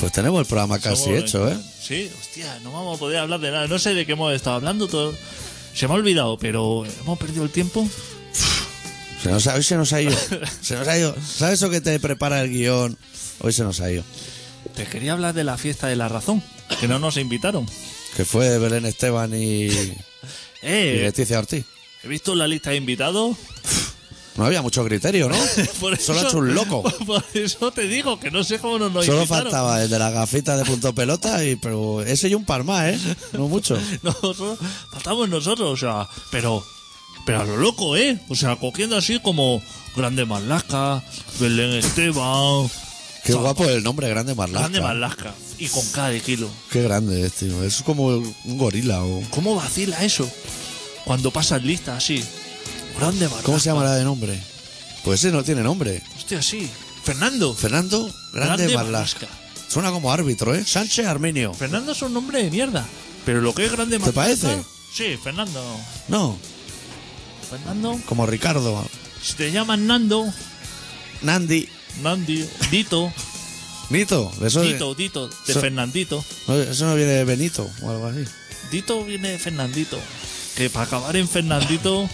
A: Pues tenemos el programa casi
B: Somos-
A: hecho, ¿eh?
B: Sí, hostia, no vamos a poder hablar de nada. No sé de qué hemos estado hablando. Todo... Se me ha olvidado, pero hemos perdido el tiempo.
A: Se nos ha, hoy se nos ha ido. Se nos ha ido. ¿Sabes eso que te prepara el guión? Hoy se nos ha ido.
B: Te quería hablar de la fiesta de la razón, que no nos invitaron.
A: Que fue Belén Esteban y, y
B: Eh,
A: Leticia Ortiz.
B: he visto la lista de invitados.
A: No había mucho criterio, ¿no?
B: Por
A: Solo ha
B: eso-
A: hecho un loco.
B: Por eso te digo que no sé cómo nos lo
A: Solo
B: invitaron.
A: faltaba el de las gafitas de punto pelota, y, pero ese y un par más, ¿eh? No mucho.
B: No, solo faltamos nosotros, o sea, pero. Pero a lo loco, ¿eh? O sea, cogiendo así como Grande Marlaska, Belén Esteban.
A: Qué guapo el nombre, Grande Marlaska.
B: Grande Marlaska. Y con K de kilo.
A: Qué grande es, tío. Es como un gorila o...
B: ¿Cómo vacila eso? Cuando pasas lista así. Grande Marlaska.
A: ¿Cómo se llama la de nombre? Pues ese no tiene nombre.
B: Hostia, sí. Fernando.
A: Fernando Grande, Marlaska. Suena como árbitro, ¿eh? Sánchez Arminio.
B: Fernando es un nombre de mierda. Pero lo que es Grande
A: ¿Te
B: Marlaska.
A: parece?
B: Sí, Fernando.
A: No,
B: Fernando.
A: como Ricardo.
B: Si te llaman Nando,
A: Nandi.
B: Nandi, Dito,
A: Nito. Eso, de-
B: Dito, Dito, de
A: so-
B: Fernandito.
A: no, eso no viene de Benito o algo así.
B: Dito viene de Fernandito. Que para acabar en Fernandito,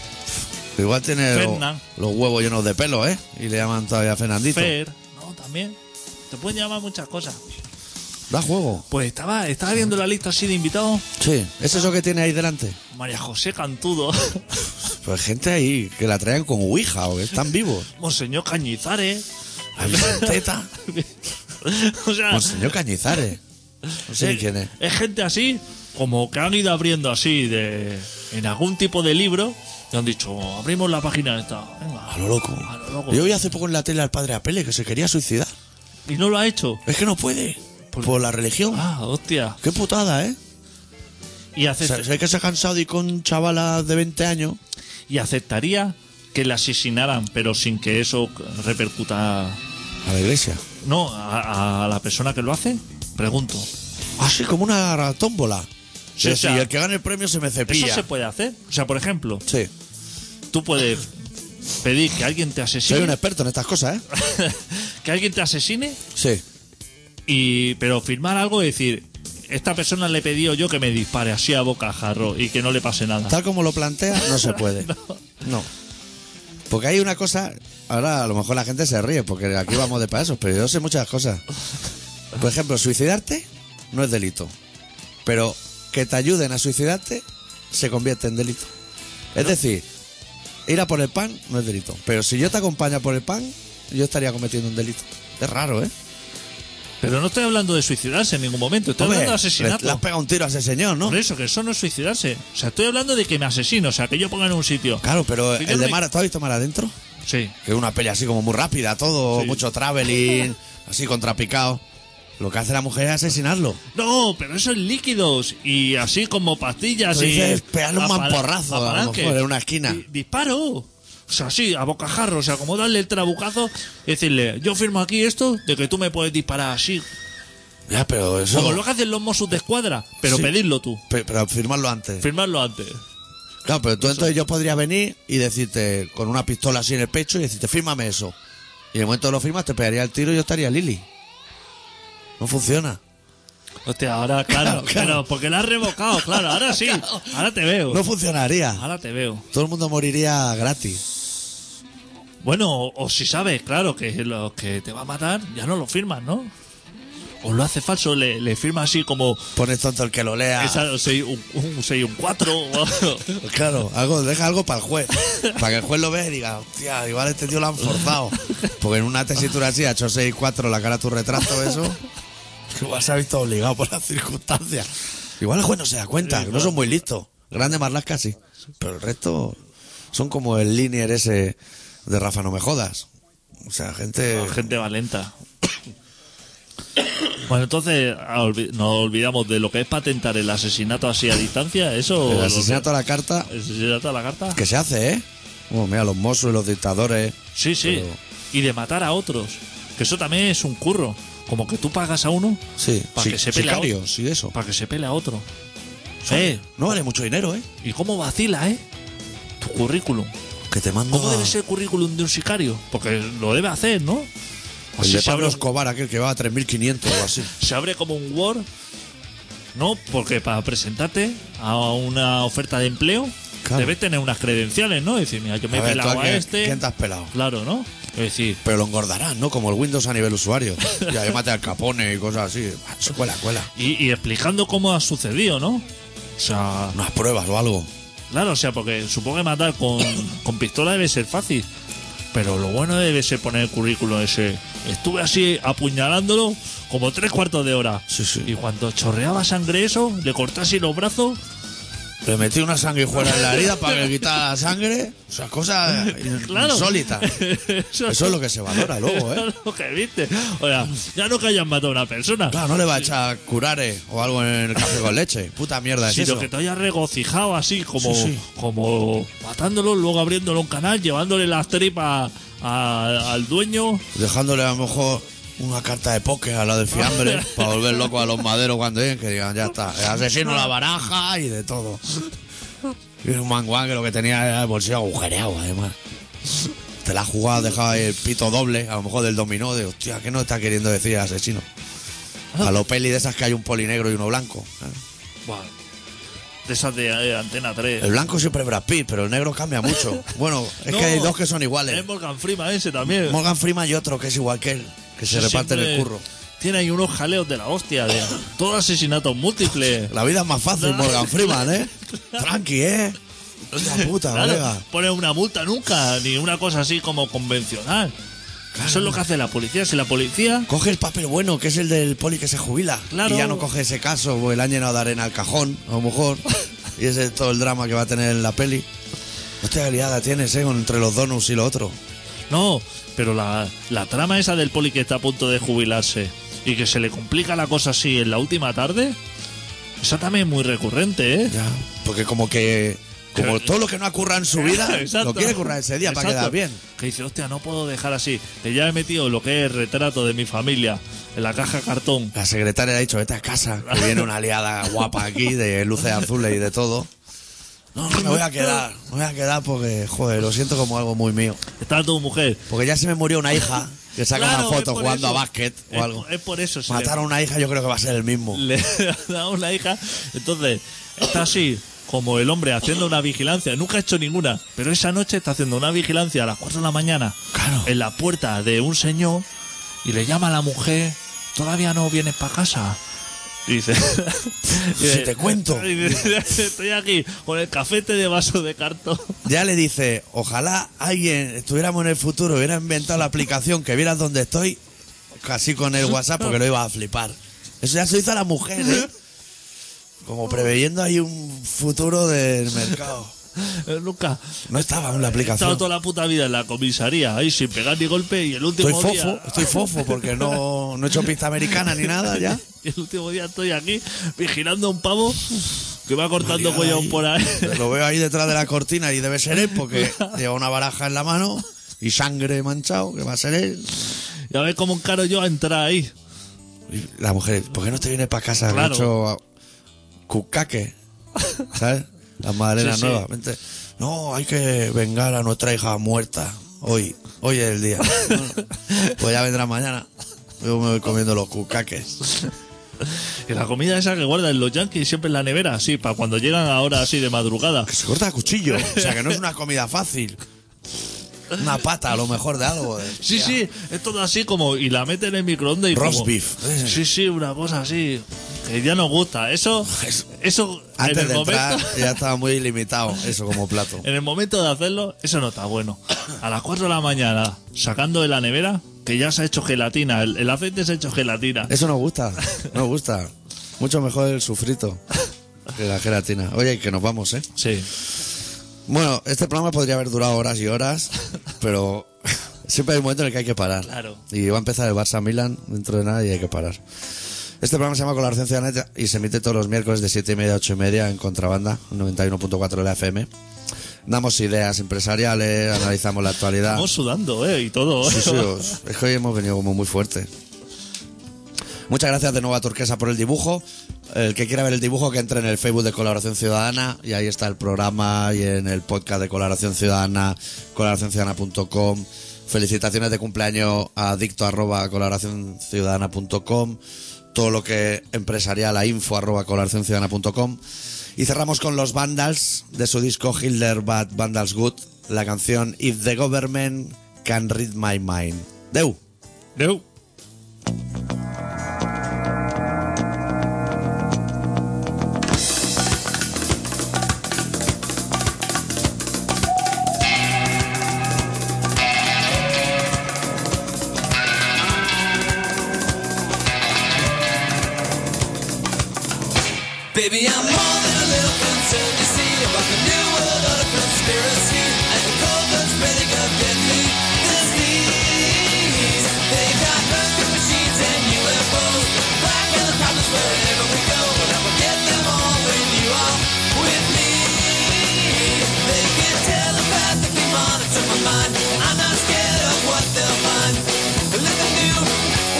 A: Igual tiene lo-
B: Fernan.
A: los huevos llenos de pelo, ¿eh? Y le llaman todavía Fernandito.
B: Fer, no, también. Te pueden llamar muchas cosas.
A: Da juego.
B: Pues estaba, estaba viendo la lista así de invitados.
A: Sí. ¿Es eso que tiene ahí delante?
B: María José Cantudo,
A: Pues gente ahí que la traen con Ouija o que están vivos.
B: Monseñor Cañizares.
A: Teta.
B: o sea,
A: Monseñor Cañizares. No sé ni Pues
B: es,
A: quién es.
B: es gente así, como que han ido abriendo así de en algún tipo de libro. Y han dicho, "Oh, abrimos la página esta. Venga,
A: A lo loco.
B: A lo loco.
A: Yo vi hace poco en la tele al padre Apele que se quería suicidar.
B: Y no lo ha hecho.
A: Es que no puede. Por, la religión.
B: Ah, hostia.
A: Qué putada, ¿eh?
B: Y,
A: O
B: acep-
A: sea, sé que se ha cansado de ir con chavalas de 20 años.
B: y aceptaría que le asesinaran, pero sin que eso repercuta.
A: A la iglesia.
B: No, a, a la persona que lo hace, pregunto.
A: Así Ah, como una tómbola.
B: Sí,
A: y
B: o sea,
A: el que gane el premio se me
B: ¿Eso
A: cepilla.
B: se puede hacer? O sea, por ejemplo,
A: Sí.
B: tú puedes pedir que alguien te
A: Soy un
B: asesine.
A: experto en estas cosas, ¿eh?
B: que alguien te asesine,
A: Sí.
B: y pero firmar algo y decir. Esta persona le he pedido yo que me dispare así a bocajarro y que no le pase nada.
A: Tal como lo plantea, no se puede. no. Porque hay una cosa, ahora a lo mejor la gente se ríe porque aquí vamos de pasos, pero yo sé muchas cosas. Por ejemplo, suicidarte no es delito, pero que te ayuden a suicidarte se convierte en delito. Es decir, ir a por el pan no es delito, pero si yo te acompaño a por el pan, yo estaría cometiendo un delito. Es raro, ¿eh?
B: Pero no estoy hablando de suicidarse en ningún momento, estoy hablando de
A: Hombre,
B: asesinato.
A: le- le has pegado un tiro a ese señor, ¿no?
B: Por eso, que eso no es suicidarse. O sea, estoy hablando de que me asesino, o sea, que yo ponga en un sitio.
A: Claro, pero
B: Que yo
A: el
B: no
A: de
B: me-
A: Mar, ¿tú has visto Mar adentro?
B: Sí.
A: Que es una peli así como muy rápida, todo,
B: Sí.
A: mucho traveling, así contrapicado. Lo que hace la mujer es asesinarlo.
B: No, pero eso es líquidos y así como pastillas
A: Tú
B: y.
A: dices, pegarle un
B: apala-
A: mamporrazo, a lo
B: apalanques.
A: mejor, en una esquina.
B: Di- disparo. O sea, sí, a bocajarro, o sea, como darle el trabucazo, decirle, yo firmo aquí esto de que tú me puedes disparar así.
A: Ya, pero eso.
B: Como lo que hacen los Mossos de Escuadra, pero
A: Sí.
B: pedirlo tú.
A: Pe- Pero firmarlo antes.
B: Firmarlo antes.
A: Claro, pero tú entonces yo podría venir y decirte con una pistola así en el pecho y decirte, fírmame eso. Y en el momento que lo firmas, te pegaría el tiro y yo estaría Lili. No funciona.
B: Hostia, ahora, claro,
A: Claro,
B: claro,
A: claro.
B: porque la has revocado, claro, ahora sí. Ahora te veo.
A: No funcionaría.
B: Ahora te veo.
A: Todo el mundo moriría gratis.
B: Bueno, o, o si sabes, claro, que lo que te va a matar, ya no lo firmas, ¿no? O lo hace falso, le, le firma así como
A: Pones tanto el que lo lea.
B: esa, un 6, un, un seis, un 4 o algo.
A: Pues Claro, algo, deja algo para el juez. Para que el juez lo vea y diga, hostia, igual este tío lo han forzado. Porque en una tesitura así, ha hecho 6 4 la cara a tu retrato, eso. Igual se ha visto obligado por las circunstancias. Igual el juez no se da cuenta, que no son muy listos. Grande Marlaska sí. Pero el resto son como el linear ese de Rafa, no me jodas. O sea, gente.
B: Gente valenta. Bueno, entonces a olvi- nos olvidamos de lo que es patentar el asesinato así a distancia, eso...
A: El asesinato a la carta
B: el asesinato a la carta.
A: que se hace, ¿eh? Bueno, mira, los mozos y los dictadores.
B: Sí, sí.
A: Pero-
B: Y de matar a otros. Que eso también es un curro. Como que tú pagas a uno
A: Sí,
B: para
A: sí,
B: que se pele a otro.
A: sicarios y eso.
B: Para que se pele a otro. Eh,
A: No vale mucho dinero, ¿eh?
B: ¿y cómo vacila, eh? Tu currículum.
A: Que te mando.
B: ¿Cómo
A: a-
B: debe ser el currículum de un sicario? Porque lo debe hacer, ¿no?
A: El
B: Así
A: de
B: se
A: Pablo
B: abre,
A: Escobar, aquel que va a 3.500 o así.
B: se abre como un Word. No, porque para presentarte a una oferta de empleo
A: Claro.
B: debes tener unas credenciales, ¿no? Decir, mira, yo me
A: A
B: he
A: ver,
B: pelado
A: tú a
B: a,
A: quién-
B: este.
A: quién te has pelado?
B: Claro, ¿no? Es decir,
A: Pero lo engordarán, ¿no? Como el Windows a nivel usuario. Ya, yo maté al Capone y cosas así. Macho, Cuela, cuela.
B: Y, y explicando cómo ha sucedido, ¿no? O sea,
A: Unas pruebas o algo.
B: claro, o sea, porque supongo que matar con, con pistola debe ser fácil. Pero lo bueno debe ser poner el currículo ese. Estuve así apuñalándolo como tres cuartos de hora.
A: Sí, sí.
B: Y cuando chorreaba sangre eso, le corté así los brazos.
A: Le metí una sanguijuela en la herida para que quitara la sangre. O sea, cosas in-
B: Claro.
A: insólitas.
B: Eso,
A: Eso es lo que se valora luego, ¿eh?
B: lo que viste. O sea, ya no que hayan matado a una persona.
A: Claro, no le va a echar curare o algo en el café con leche. Puta mierda es
B: sino
A: eso.
B: que te hayas regocijado así, como,
A: Sí, sí.
B: como matándolo, luego abriéndolo un canal, llevándole las tripas a- al dueño.
A: Dejándole a lo mejor una carta de póker a la del fiambre para volver loco a los maderos cuando lleguen, que digan, ya está, el asesino la baraja y de todo. Y un manguán que lo que tenía era el bolsillo agujereado, además. Te la jugada dejaba el pito doble, a lo mejor del dominó, de hostia, ¿qué no está queriendo decir el asesino? A lo peli de esas que hay un polinegro y uno blanco.
B: Buah, De esas de, eh, Antena 3.
A: El blanco siempre es Brad Pitt, pero el negro cambia mucho. Bueno, es
B: No,
A: que hay dos que son iguales.
B: Es Morgan Freeman ese también.
A: Morgan Freeman y otro que es igual que él, que se
B: Ese
A: reparten el
B: siempre
A: curro.
B: Tiene ahí unos jaleos de la hostia, de todo asesinato múltiple.
A: La vida es más fácil, Morgan Freeman, ¿eh? Tranqui, ¿eh? La puta,
B: Claro,
A: colega.
B: pone una multa nunca, ni una cosa así como convencional. Eso es lo que hace la policía. Si la policía
A: Coge el papel bueno, que es el del poli que se jubila.
B: Claro.
A: Y ya no coge ese caso, porque le han llenado de arena al cajón, a lo mejor. Y ese es todo el drama que va a tener en la peli. Hostia, qué liada tienes, ¿eh? Con Entre los donuts y lo otro.
B: No, pero la, la trama esa del poli que está a punto de jubilarse y que se le complica la cosa así en la última tarde, esa también es muy recurrente, ¿eh?
A: Ya. Porque como que... Como
B: Pero-
A: todo lo que no ha currado en su vida,
B: Exacto.
A: lo quiere currar ese día para
B: Exacto.
A: quedar bien.
B: Que dice, hostia, no puedo dejar así, que ya he metido lo que es retrato de mi familia en la caja cartón.
A: La secretaria ha dicho, vete a casa, que viene una aliada guapa aquí de luces azules y de todo. No, no, me voy a quedar, me voy a quedar porque, joder, lo siento como algo muy mío.
B: Está tu mujer.
A: Porque ya se me murió una hija, que saca una
B: Claro, es
A: foto
B: por
A: jugando
B: eso.
A: a básquet
B: Es-
A: o algo.
B: Es por eso. se le-
A: Matar a una hija yo creo que va a ser el mismo.
B: le ha dado una hija. Entonces, está así como el hombre haciendo una vigilancia. Nunca ha hecho ninguna, pero esa noche está haciendo una vigilancia a las 4 de la mañana
A: Claro.
B: en la puerta de un señor y le llama a la mujer, todavía no vienes para casa. Y Dice,
A: Si te cuento.
B: y dice, Estoy aquí con el cafete de vaso de cartón.
A: Ya le dice, ojalá alguien estuviéramos en el futuro, hubiera inventado la aplicación, que vieras dónde estoy, casi con el WhatsApp, porque lo iba a flipar. Eso ya se hizo a la mujer, ¿eh? Como preveyendo ahí un futuro del mercado.
B: Eh, Nunca.
A: No estaba aún la
B: He estado
A: aplicación.
B: toda la puta vida en la comisaría, ahí sin pegar ni golpe, y el último
A: Estoy
B: día.
A: fofo, estoy fofo porque no, no he hecho pista americana ni nada ya.
B: Y el último día estoy aquí vigilando a un pavo que va cortando
A: Liado
B: cuellos
A: ahí.
B: por ahí.
A: Lo veo ahí detrás de la cortina y debe ser él porque lleva una baraja en la mano y sangre manchado, que va a ser él.
B: Y a ver cómo encaro yo a entrar ahí.
A: Y la mujer, ¿por qué no te vienes para casa?
B: Claro.
A: Mucho cucaque. ¿Sabes? Las madalenas
B: Sí, sí.
A: nuevas. Vente. No, hay que vengar a nuestra hija muerta hoy. Hoy es el día. Bueno, pues ya vendrá mañana. Yo me voy comiendo los cucaques.
B: Y la comida esa que guardan los yankees siempre en la nevera, así, para cuando llegan ahora así de madrugada.
A: Que se corta a cuchillo. O sea, que no es una comida fácil. Una pata, a lo mejor, de algo. eh.
B: Sí, sí, es todo así como. Y la meten en el microondas y.
A: Roast
B: como-
A: beef.
B: Sí, sí, una cosa así. Que ya nos gusta. Eso. Eso. en
A: Antes
B: el
A: de
B: momento,
A: entrar ya estaba muy limitado eso como plato.
B: En el momento de hacerlo, eso no está bueno. A las 4 de la mañana, sacando de la nevera, que ya se ha hecho gelatina. El, el aceite se ha hecho gelatina.
A: Eso nos gusta, nos gusta. Mucho mejor el sufrito que la gelatina. Oye, y que nos vamos, ¿eh?
B: Sí.
A: Bueno, este programa podría haber durado horas y horas, pero siempre hay un momento en el que hay que parar.
B: Claro.
A: Y va a empezar el Barça Milan dentro de nada y hay que parar. Este programa se llama Colaboración Ciudadana y se emite todos los miércoles de 7 y media a 8 y media en Contrabanda, 91.4 de la FM. Damos ideas empresariales, analizamos la actualidad.
B: Estamos sudando, ¿eh? Y todo.
A: Sí, sí, os- es que hoy hemos venido como muy fuerte. Muchas gracias de nuevo a Turquesa por el dibujo. El que quiera ver el dibujo que entre en el Facebook de Colaboración Ciudadana y ahí está el programa y en el podcast de Colaboración Ciudadana, colaboracionciudadana.com. Felicitaciones de cumpleaños a adicto arroba colaboracionciudadana.com. Todo lo que empresarial a info arroba colaboracionciudadana.com. Y cerramos con los Vandals de su disco Hitler Bad Vandals Good, la canción If the Government Can Read My Mind. Deu.
B: Deu.
C: Baby, I'm more than a little concerned to see about the new world of conspiracy and the cold blood's spreading of deadly disease. They got perfect machines and UFOs, blacking the problems wherever we go, but I will get them all when you are with me. They can telepathically monitor my mind. I'm not scared of what they'll find. But let them do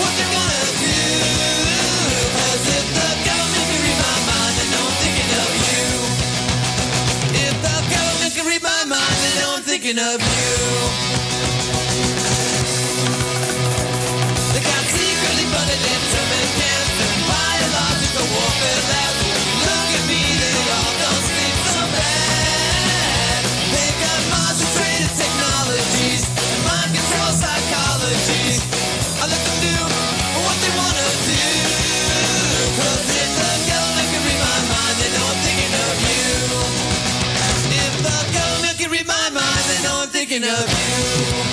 C: what they're gonna do. As if the government can read my mind, I know I'm thinking of you. If the government can read my mind, I know I'm thinking of you. They got secretly funded instrument camps and biological warfare labs. When you look at me, they all don't sleep so bad. They got concentrated technologies and mind control psychologies. I let them do what they wanna do. 'Cause if the government can read my mind, they know I'm thinking of you. If the government can read my mind, they know I'm thinking of you.